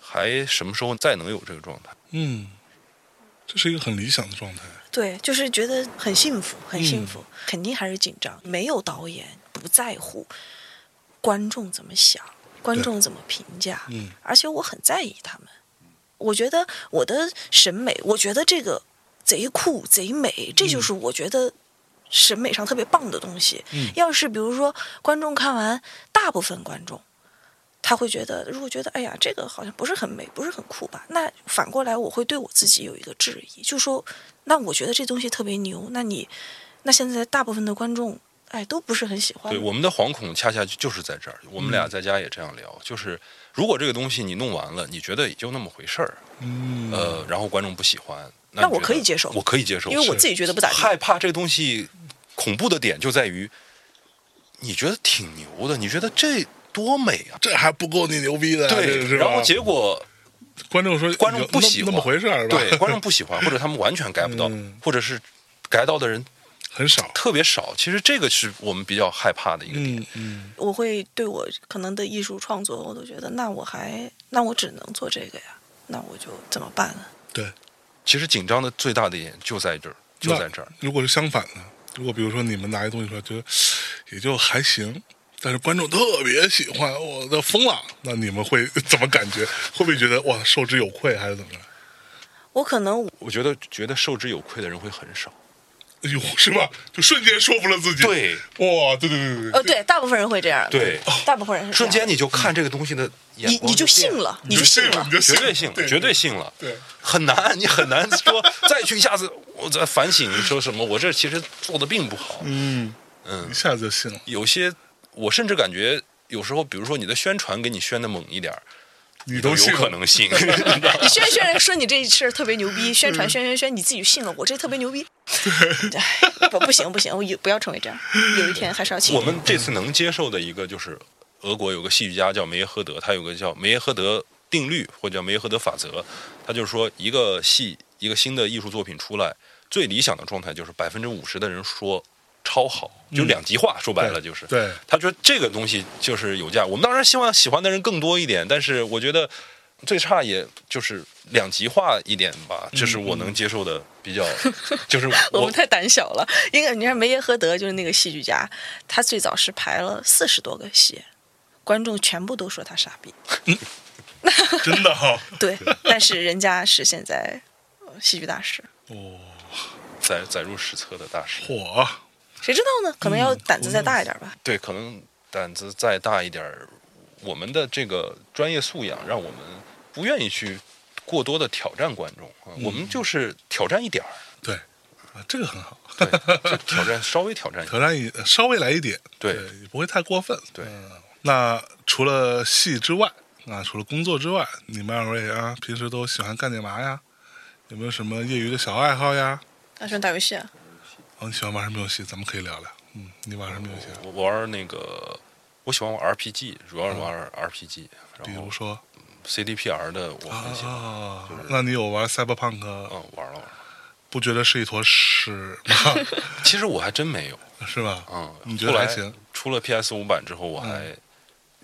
B: 还什么时候再能有这个状态？
A: 嗯，这是一个很理想的状态。
C: 对，就是觉得很幸福，很
A: 嗯
C: 幸福，肯定还是紧张。没有导演不在乎观众怎么想，观众怎么评价，
A: 嗯
C: 而且我很在意他们。我觉得
A: 嗯
C: 我的审美，我觉得这个贼酷贼美，这就是我觉得审美上特别棒的东西。要是比如说观众看完，大部分观众他会觉得，如果觉得哎呀这个好像不是很美，不是很酷吧，那反过来我会对我自己有一个质疑，就说那我觉得这东西特别牛，那你那现在大部分的观众哎都不是很喜欢
B: 对，，我们的惶恐恰恰就是在这儿。我们俩在家也这样聊，就是如果这个东西你弄完了，你觉得也就那么回事儿，
A: 嗯，
B: 呃，然后观众不喜欢，那
C: 那
B: 你
C: 我
B: 觉
C: 可
B: 得
C: 以接受
B: 我可以接受，
C: 因为我
B: 是
C: 自己觉得不咋地。
B: 害怕这个东西恐怖的点就在于，你觉得挺牛的，你觉得这多美啊，
A: 这还不够你牛逼的，这
B: 对，
A: 是吧
B: 然后结果
A: 观众说
B: 观众
A: 有
B: 不
A: 那
B: 喜欢
A: 那么回事儿，是吧
B: 对，观众不喜 <laughs> 欢，或者他们完全 get 不到，
A: 嗯
B: 或者是 get 到的人
A: <laughs> 很少，
B: 特别少。其实这个是我们比较害怕的一个点。
A: 嗯嗯，
C: 我会对我可能的艺术创作，我都觉得那我还那我只能做这个呀，那我就怎么办呢？
A: 对。
B: 其实紧张的最大的一点就在这儿，就
A: 那
B: 在这儿。
A: 如果是相反的，如果比如说你们拿一东西出来，觉得也就还行，但是观众特别喜欢，我都疯了，那你们会怎么感觉？会不会觉得哇受之有愧，还是怎么着？
C: 我可能
B: 我觉得觉得受之有愧的人会很少。
A: 哎呦，是吧？就瞬间说服了自己。，
B: 对
A: 哇，对对对对
C: 呃
A: 对，
C: 对，大部分人会这样，
B: 对，
C: 大部分人是这
B: 瞬
C: 样
B: 间你就看这个东西的眼
C: 你
B: 光
C: 你就信
B: 变了。
C: 了，
A: 你
C: 就信
A: 了，
C: 了
A: 你。就
B: 绝
A: 信了
B: 对信了，
A: 对
B: 绝对信了，
A: 对，
B: 很难， <laughs> 你很难说再去一下子，我再反省说什么，我这其实做的并不好。
A: 嗯，
B: 嗯
A: 一，下子就信了。
B: 有些我甚至感觉有时候，比如说你的宣传给你宣的猛一点儿，
A: 你
B: 都
A: 都信
B: 有
A: 了
B: 可能信，
A: <laughs>
B: 你知道吗
C: 你宣宣传说你这事儿特别牛逼，宣传宣宣宣，你自己就信了，我这特别牛逼。对，不不行不行，我有不要成为这样，有一天还是要清
B: 我
C: 醒。
B: 们这次能接受的一个就是，俄国有个戏剧家叫梅耶赫德，他有个叫梅耶赫德定律或者叫梅耶赫德法则，他就是说一个戏一个新的艺术作品出来，最理想的状态就是百分之五十的人说超好，就两极化，说白了就是。
A: 对，
B: 他觉得这个东西就是有价，我们当然希望喜欢的人更多一点，但是我觉得最差也就是两极化一点吧，这是我能接受的比 <laughs> 较，就是
C: 我
B: 我
C: 们太胆小了，因为你看梅耶荷德就是那个戏剧家，他最早是排了四十多个戏，观众全部都说他傻逼，
A: 真的哈、
C: 对， <laughs> 但是人家是现在呃戏剧大师，
A: 哦，
B: 载载入史册的大师。
A: 火，
C: 谁知道呢？可能要
A: 嗯
C: 胆子再大一点吧。
B: 对，可能胆子再大一点儿，我们的这个专业素养让我们不愿意去过多的挑战观众啊，我
A: 嗯
B: 们就是挑战一点儿，
A: 对，啊，这个很好。
B: 对，
A: <laughs>
B: 就挑战稍微挑战一点儿。
A: 挑战一稍微来一点，
B: 对
A: 也不会太过分。
B: 对
A: 嗯那除了戏之外，啊，除了工作之外，你们二位啊，平时都喜欢干点嘛呀？有没有什么业余的小爱好呀？
C: 他喜欢打游戏啊，
A: 哦，你喜欢玩什么游戏？咱们可以聊聊。嗯，你玩什么游戏啊？
B: 我我玩儿那个，我喜欢玩 RPG，主要是玩儿 RPG，、
A: 啊比
B: 然后
A: 如说
B: CDPR 的我
A: 啊
B: 很喜欢。啊
A: 啊，那你有玩 Cyberpunk
B: 嗯，玩了玩了。
A: 不觉得是一坨屎吗？ <laughs>
B: 其实我还真没有，
A: 是吧？
B: 嗯，
A: 你觉得
B: 后来
A: 还行？嗯
B: 出了 PS 五版之后，我还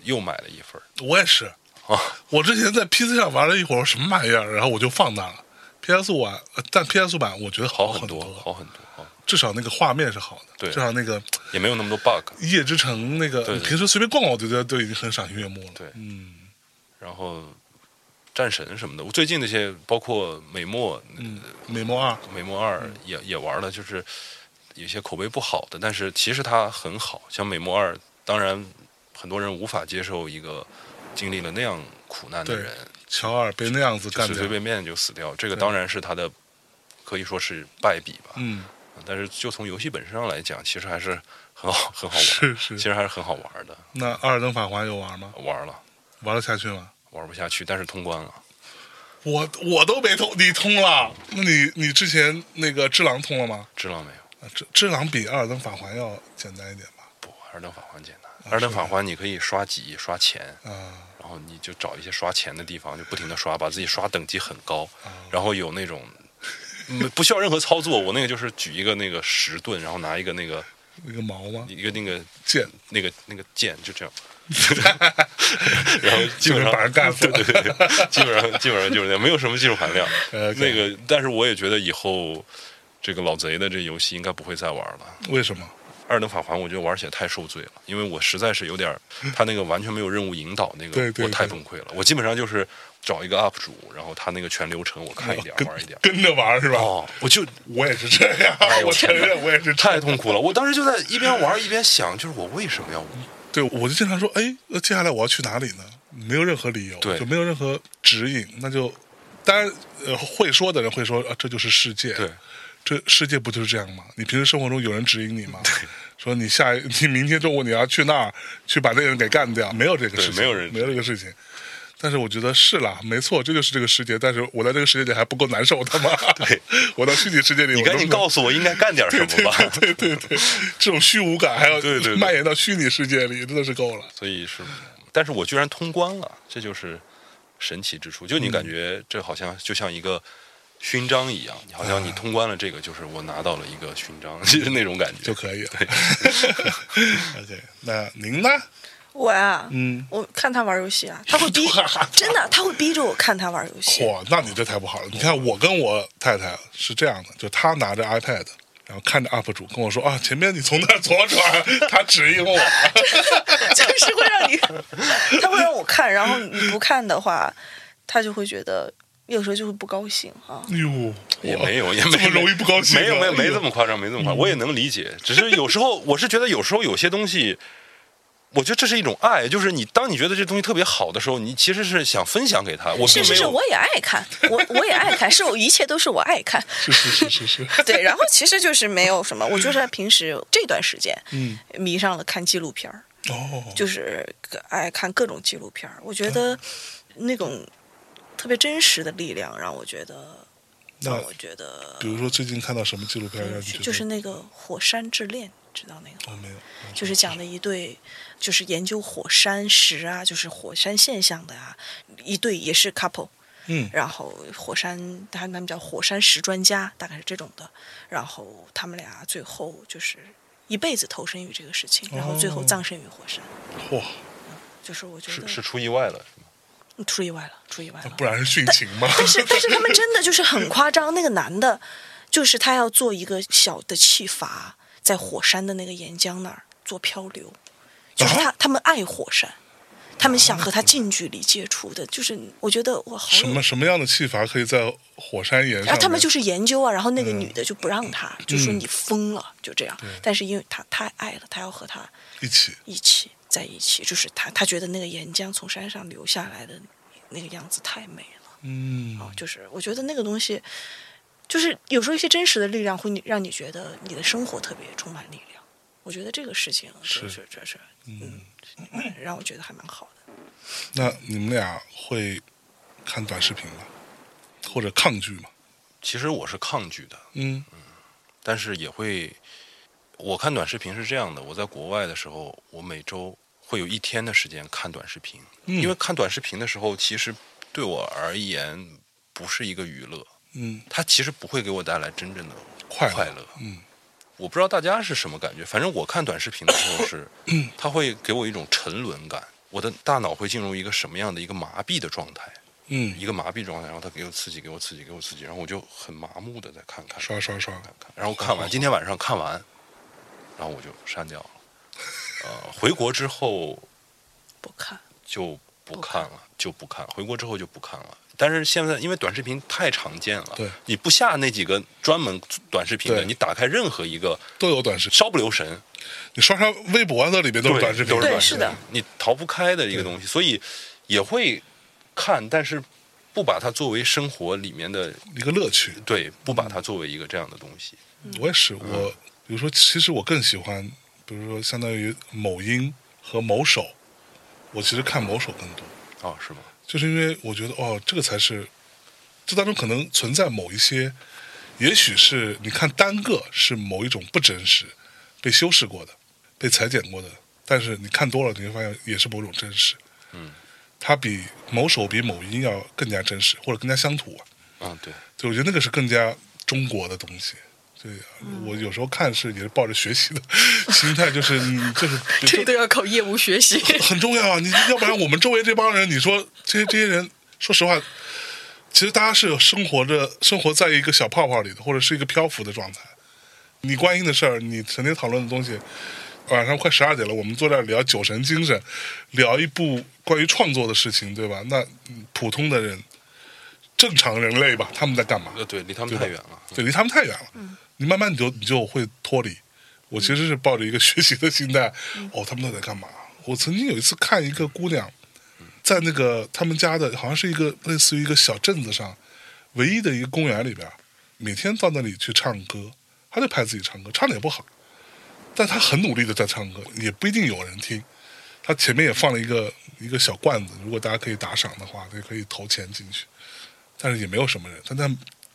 B: 又买了一份儿。
A: 我也是
B: 啊，
A: 我之前在 PC 上玩了一会儿什么玩意儿，然后我就放那了。PS 五版，呃但 PS 五版我觉得
B: 好
A: 很
B: 很多，好很多，啊，
A: 至少那个画面是好的，
B: 对
A: 至少那个
B: 也没有那么多 bug。
A: 夜之城那个，
B: 对对
A: 你平时随便逛逛，我觉得都已经很赏心悦目了。
B: 对
A: 嗯，
B: 然后战神什么的，我最近那些包括美墨，
A: 嗯美墨二，
B: 美墨二也也玩了，就是有些口碑不好的，但是其实它很好。像美墨二，当然很多人无法接受一个经历了那样苦难的
A: 对
B: 人，
A: 乔尔被那样子
B: 就
A: 干
B: 随
A: 掉
B: 随，便便就死掉，这个
A: 对
B: 当然是他的可以说是败笔吧。
A: 嗯，
B: 但是就从游戏本身上来讲，其实还是很好很好玩，
A: 是
B: 其
A: 是。
B: 实还是很好玩的，
A: 那《二尔登法环》有玩吗？
B: 玩了
A: 玩得下去吗？
B: 玩不下去，但是通关了。
A: 我我都没通，你通了？那你你之前那个《只狼》通了吗？
B: 知道没有？
A: 啊，《只只狼》比《二尔登法环》要简单一点吧？
B: 不，二等法环简单。二等法环你可以刷级、刷钱，
A: 啊，
B: 然后你就找一些刷钱的地方，就不停的刷，把自己刷等级很高。然后有那种嗯不需要任何操作，我那个就是举一个那个石盾，然后拿一个那个
A: 那个毛吗？
B: 一个那个
A: 剑，
B: 那个那个剑，就这样。 <laughs>
A: <laughs>
B: 然后基本
A: 就
B: 上
A: 是把人干死了
B: 对对对，基本上基本上就是这样，没有什么技术含量。
A: <laughs> 呃 OK
B: 那个，但是我也觉得以后这个老贼的这游戏应该不会再玩了。
A: 为什么？
B: 二等法环我觉得玩起来太受罪了，因为我实在是有点儿，他那个完全没有任务引导那个，
A: 对对
B: 我太
A: 对
B: 崩溃了。我基本上就是找一个 UP 主，然后他那个全流程我看一点儿
A: 跟
B: 玩一 <laughs> 点儿。
A: 跟着玩是吧？
B: 哦，哎我就
A: 我也是这样，我承认我也是这样
B: 太痛苦了。我当时就在一边玩一边想，就是我为什么要玩？
A: 对，我就经常说，哎，那接下来我要去哪里呢？没有任何理由，
B: 对
A: 就没有任何指引，那就当然，呃，会说的人会说啊，这就是世界，
B: 对，
A: 这世界不就是这样吗？你平时生活中有人指引你吗？说你下一你明天中午你要去那儿去把那个人给干掉，没有这个
B: 对
A: 事情，
B: 没有人
A: 没有这个事情。但是我觉得是啦，没错，这就是这个世界。但是我在这个世界里还不够难受的吗？
B: 对，
A: <laughs> 我到虚拟世界里，
B: 你
A: 我
B: 赶
A: 能
B: 紧
A: 不能
B: 告诉我应该干点什么吧。
A: 对 <laughs> 对对，这种虚无感还要
B: 对对对
A: 蔓延到虚拟世界里，真的是够了。
B: 所以是，但是我居然通关了，这就是神奇之处。就你感觉这好像就像一个勋章一样，好像你通关了这个，就是我拿到了一个勋章， <laughs> 就是那种感觉
A: 就。可以了。OK，那 <laughs> 您呢？
C: 我呀，
A: 嗯，
C: 我看他玩游戏啊，他会 <laughs> 逼
A: 哇，
C: 真的，他会逼着我看他玩游戏。
A: 哇，那你这太不好了。你看，我跟我太太是这样的，就她拿着 iPad。然后看着 UP 主跟我说啊，前面你从那儿 <laughs> 左转，他指引
C: <laughs>
A: 我。
C: 哎
B: <laughs>
C: 就是会让你，他会让我看，然后你不看的话，他就会觉得有时候就会不高兴啊。
A: 哟，
B: <laughs> 也
A: 我
B: 没有，也
A: 这
B: 没
A: 么
B: 有
A: 容易不高兴啊。
B: 没有没有没这
A: 哎呦
B: 么夸张，没这么夸张，我也能理解。只是有时候我是觉得有时候有些东西，我觉得这是一种爱，就是你当你觉得这东西特别好的时候，你其实是想分享给他。我并
C: 是是
B: 没
C: 是，
B: 有
C: 我也爱看，我我也爱看，是我一切都是我爱
B: <laughs>
C: 看。
A: 是是是是
C: <laughs>
A: 是，
C: 对，然后其实就是没有什么，我就是平时这段时间
A: 嗯，
C: 迷上了看纪录片儿，
A: 哦，
C: 就是爱看各种纪录片儿。我觉得那种特别真实的力量让我觉得，
A: 那
C: 让我觉得
A: 比如说最近看到什么纪录片让你觉得
C: 就是那个《火山之恋》，知道那个吗？
A: 哦没有，
C: 就是讲的一对，就是研究火山石啊，就是火山现象的啊，一对也是 couple，
A: 嗯
C: 然后火山，他他们叫火山石专家，大概是这种的。然后他们俩最后就是一辈子投身于这个事情，然后最后
A: 哦
C: 葬身于火山。
A: 哇，
C: 就是我觉
B: 是
C: 得
B: 是出意外了，是吗？
C: 嗯出意外了，出意外了。
A: 不然是殉情吗？ <laughs>
C: 但是但是他们真的就是很夸张，那个男的，就是他要做一个小的气阀，在火山的那个岩浆那儿做漂流，就是
A: 哦
C: 他、他们爱火山，他们想和他近距离接触的，就是我觉得哇，好
A: 什
C: 有
A: 么。什么样的戏法可以在火山岩上面？
C: 哎然后他们就是研究啊，然后那个
A: 嗯
C: 女的就不让他，就说你疯了，就这样。但是因为他太爱了，他要和他
A: 一起
C: 一起在一起，就是他他觉得那个岩浆从山上流下来的那个样子太美了。
A: 嗯
C: 啊，就是我觉得那个东西，就是有时候一些真实的力量会你让你觉得你的生活特别充满力量。我觉得这个事情就是是这是嗯，
D: 哎
C: 让我觉得还蛮好的。
A: 那你们俩会看短视频吗？或者抗拒吗？
B: 其实我是抗拒的，
A: 嗯
B: 但是也会，我看短视频是这样的，我在国外的时候，我每周会有一天的时间看短视频，
A: 嗯
B: 因为看短视频的时候，其实对我而言不是一个娱乐，
A: 嗯，
B: 它其实不会给我带来真正的
A: 快乐
B: 快乐。
A: 嗯，
B: 我不知道大家是什么感觉，反正我看短视频的时候是，
A: 嗯
B: 它会给我一种沉沦感，我的大脑会进入一个什么样的一个麻痹的状态，
A: 嗯，
B: 一个麻痹状态，然后它给我刺激，给我刺激，给我刺激，然后我就很麻木的在看看
A: 刷刷刷，
B: 看看，然后看完今天晚上看完，然后我就删掉了。呃，回国之后
C: 不看，
B: 就不看了，就不看了。回国之后就不看了。但是现在因为短视频太常见了，
A: 对
B: 你不下那几个专门短视频的，
A: 对
B: 你打开任何一个，
A: 都有短视频。
B: 稍不留神
A: 你刷刷微博啊，那里面都是
B: 对
A: 短视频，
B: 都是
C: 对
B: 短视
C: 是
B: 频
C: 的，
B: 你逃不开的一个东西，所以也会看，但是不把它作为生活里面的，
A: 一个乐趣。
B: 对，不把它作为一个这样的东西。
C: 嗯
A: 我也是，
B: 嗯
A: 我比如说，其实我更喜欢，比如说，相当于某音和某手，我其实看某手更多，
B: 哦，是吗？
A: 就是因为我觉得哦，这个才是这当中可能存在某一些，也许是你看单个是某一种不真实，被修饰过的，被裁剪过的，但是你看多了，你会发现也是某种真实。
B: 嗯，
A: 它比某手比某音要更加真实，或者更加乡土啊。
B: 嗯，对，
A: 就我觉得那个是更加中国的东西。对，我有时候看是也是抱着学习的 <laughs> 心态，就是你就是
D: 这都要靠业务学习。
A: <laughs> 很重要啊！你要不然我们周围这帮人，你说 <laughs> 这些这些人，说实话，其实大家是有生活着生活在一个小泡泡里的，或者是一个漂浮的状态，你关心的事儿，你曾经讨论的东西。晚上快十二点了，我们坐这儿聊酒神精神，聊一部关于创作的事情，对吧？那嗯普通的人，正常人类吧，他们在干嘛？
B: 呃，对，离他们
A: 对
B: 太
A: 吧
B: 远了。
A: 对，离他们太远了。你慢慢你就你就会脱离。我其实是抱着一个 <laughs> 学习的心态，哦，他们都在干嘛？我曾经有一次看一个姑娘，在那个他们家的，好像是一个类似于一个小镇子上，唯一的一个公园里边，每天到那里去唱歌，她就拍自己唱歌，唱的也不好，但她很努力的在唱歌，也不一定有人听。她前面也放了一个一个小罐子，如果大家可以打赏的话，就可以投钱进去，但是也没有什么人，但她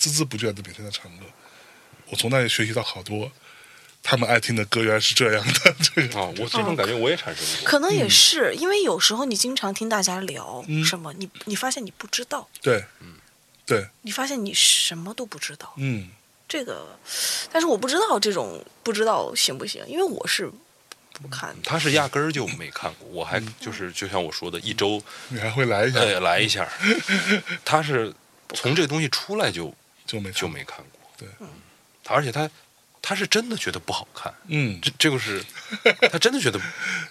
A: 孜孜不倦的每天在唱歌。我从那里学习到好多他们爱听的歌，原来是这样的。 <laughs> 这个，
B: 哦，我这种感觉我也产生过。
C: <laughs> 可
D: 嗯
C: 能也是、因为有时候你经常听大家聊
A: 嗯
C: 什么，你你发现你不知道，
A: 对，嗯，对，
C: 你发现你什么都不知道。
A: 嗯，
C: 这个，但是我不知道这种不知道行不行，因为我是不看
D: 嗯
C: 的。
B: 他是压根儿就没看过，我还
A: 嗯
B: 就是就像我说的，一周
A: 你还会来一下，
B: 呃来一下，
A: 嗯 <laughs>
B: 他是从这东西出来就
A: 就没
B: 就
A: 看
B: 没看过。
A: 对，
B: 他而且他他是真的觉得不好看，
A: 嗯
B: 这这
A: <laughs>
B: 个是他真的觉得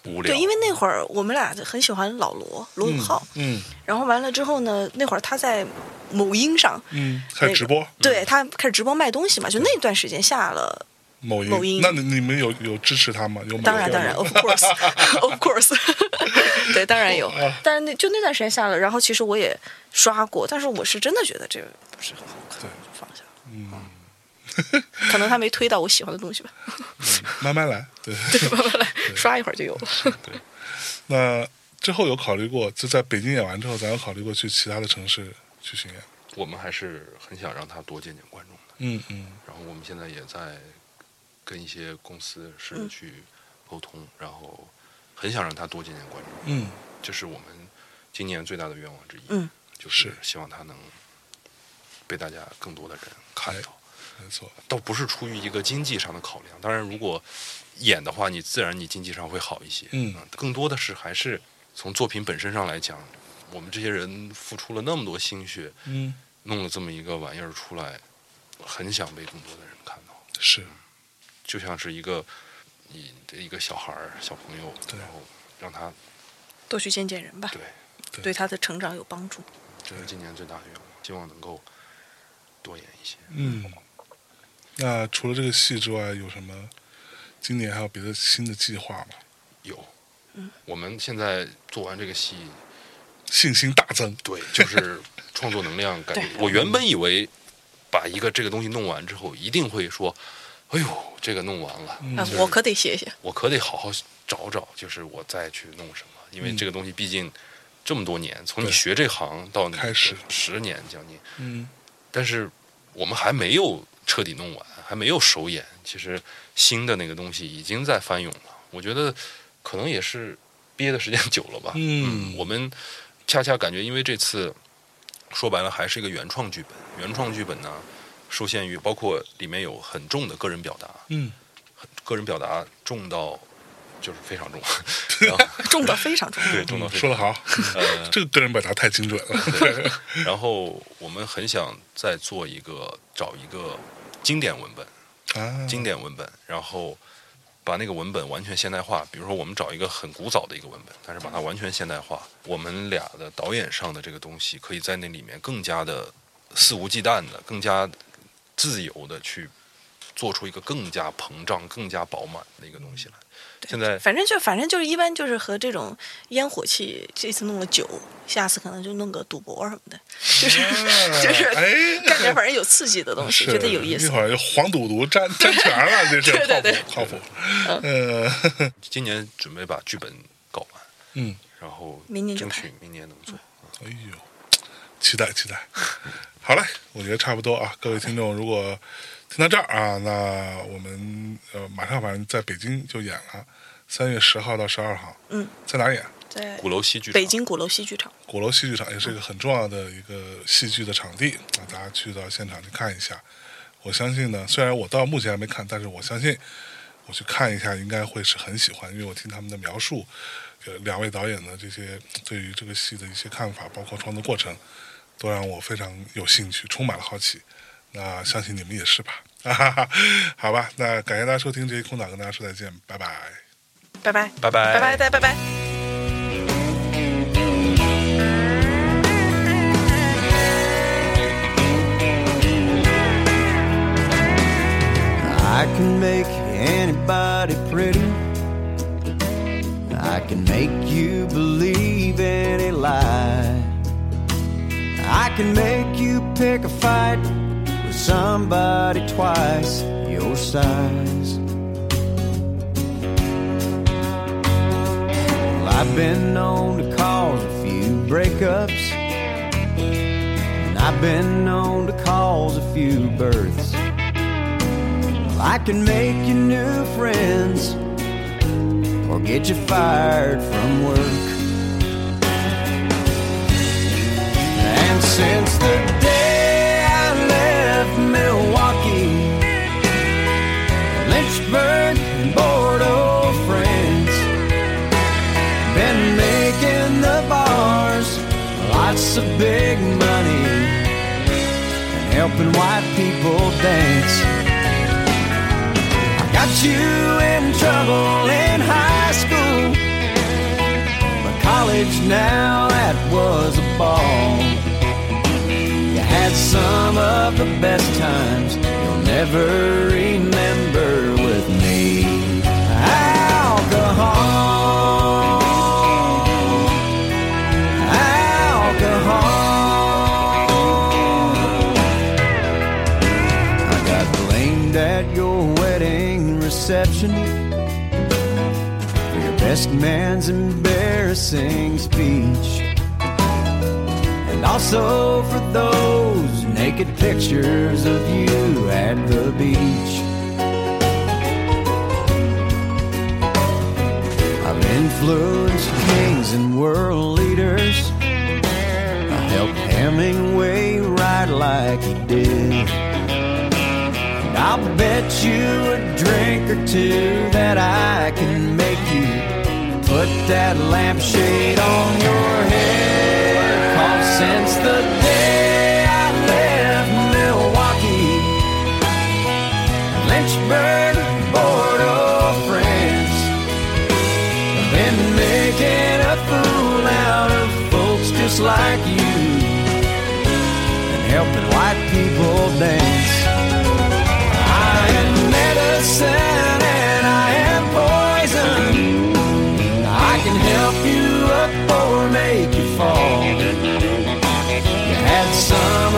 B: 无聊。
C: 对，因为那会儿我们俩很喜欢老罗罗永浩，
A: 嗯
C: 然后完了之后呢，那会儿他在某音上，
A: 嗯，开始直播，
C: 对他开始直播卖东西嘛，就那段时间下了，
A: 某音，
C: 某音
A: 那你你们有有支持他吗？有买
C: 当然
A: 票
C: 当
A: 吗
C: 然，of <laughs> course，of course，对，当 <laughs> 然
A: 哦
C: 有，但是那就那段时间下了，然后其实我也刷过，但是我是真的觉得这个不是很好看，
A: 对
C: 就放下了。嗯， <laughs> 可能他没推到我喜欢的东西
A: <laughs>
C: 吧，
A: 慢慢来，对。
C: 刷一会儿就有了。
A: 那之后有考虑过，就在北京演完之后，咱有考虑过去其他的城市去巡演。
B: 我们还是很想让他多见见观众的。
A: 嗯嗯
B: 然后我们现在也在跟一些公司试着去沟通，然后很想让他多见见观众，
A: 嗯，
B: 这是我们今年最大的愿望之一。
C: 嗯，
B: 就是
A: 是
B: 希望他能被大家更多的人看到。
A: 没错，
B: 倒不是出于一个经济上的考量，当然如果演的话，你自然你经济上会好一些。
A: 嗯
B: 啊更多的是还是从作品本身上来讲，我们这些人付出了那么多心血，
A: 嗯
B: 弄了这么一个玩意儿出来，很想被更多的人看到，
A: 是，
B: 就像是一个你的一个小孩儿、小朋友，
A: 对
B: 然后让他
C: 多去见见人吧，
B: 对，
A: 对
C: 对他的成长有帮助。
B: 这是今年最大的愿望，希望能够多演一些。
A: 嗯。那除了这个戏之外，有什么？今年还有别的新的计划吗？
B: 有，我们现在做完这个戏，
A: 信心大增。
B: 对，就是创作能量感觉。
C: 对
B: 我原本以为把一个这个东西弄完之后，一定会说：“哎呦，这个弄完了，
A: 嗯
C: 啊，我可得写写。
B: 我可得好好找找，就是我再去弄什么。”因为
A: 嗯
B: 这个东西毕竟这么多年，从你
A: 对
B: 学这行到你
A: 开始
B: 十年将近，
A: 嗯
B: 但是我们还没有彻底弄完，还没有首演。其实新的那个东西已经在翻涌了。我觉得可能也是憋的时间久了吧。
A: 嗯
B: 我们恰恰感觉，因为这次说白了还是一个原创剧本，原创剧本呢受限于包括里面有很重的个人表达，
A: 嗯，
B: 个人表达重到就是非常重， <laughs> 然后
C: 重的非常重要。
B: 对，重到非
A: 嗯说
B: 常
A: 得好，<laughs>
B: 呃
A: 这个个人表达太精准了。
B: 然后我们很想再做一个找一个经典文本，
A: <laughs>
C: <laughs>
A: 啊，
B: 经典文本，然后把那个文本完全现代化。比如说，我们找一个很古早的一个文本，但是把它完全现代化。我们俩的导演上的这个东西，可以在那里面更加的肆无忌惮的、更加自由的去做出一个更加膨胀、更加饱满的一个东西来。现在
C: 反正就反正就是一般就是和这种烟火气，这次弄了酒，下次可能就弄个赌博什么
A: <laughs>
C: 的，就是、 <laughs> 就是
A: 哎
C: <laughs> 干点反正有刺激的东西，
A: 是
C: 觉得有意
A: 一
C: 思。
A: 会儿就黄赌毒沾沾全了，这是
C: 对对对
A: 靠谱靠谱。呃，
B: 今年准备把剧本搞完，
A: <laughs> 嗯，
B: 然后
C: 明年就
B: 争
C: 嗯拍
B: 取明年能做。
A: 哎呦，期待期待。好嘞，我觉得差不多啊。各位听众，如果听到这儿啊，那我们呃马上反正在北京就演了，三月十号到十二号。
C: 嗯，
A: 在哪演？
C: 在
B: 鼓楼戏剧
C: 北
B: 场
C: 京鼓楼戏剧场，
A: 鼓楼戏剧场也是一个很重要的一个戏剧的场地啊，大家去到现场去看一下。我相信呢，虽然我到目前还没看，但是我相信我去看一下应该会是很喜欢，因为我听他们的描述，呃，两位导演的这些对于这个戏的一些看法，包括创作过程，都让我非常有兴趣，充满了好奇。那相信你们也是吧？ <laughs> 哈哈哈，好吧，那感谢大家收听这一空档，跟大家说再见，拜拜。
C: 拜拜，
B: 拜
D: 拜
B: 拜，
D: 拜，大家拜拜。
E: I can make anybody pretty. I can make you believe any lie. I can make you pick a fight with somebody twice your size. Well, I've been known to cause a few breakups, and I've been known to cause a few births. I can make you new friends or get you fired from work. And since the day I left Milwaukee, Lynchburg, and Bordeaux, France, been making the bars lots of big money and helping white people dance. Got you in trouble in high school. But college now, that was a ball. You had some of the best times you'll never remember with me. Alcohol. Alcohol. I got blamed at your wedding reception for your best man's embarrassing speech. And also for those naked pictures of you at the beach. I've influenced kings and world leaders. I helped Hemingway write like he did. I'll bet you a drink or two that I can make you put that lampshade on your head. 'Cause since the day I left Milwaukee, Lynchburg, Bordeaux, France, I've been making a fool out of folks just like you and helping white people dance. I am medicine and I am poison. I can help you up or make you fall. You had some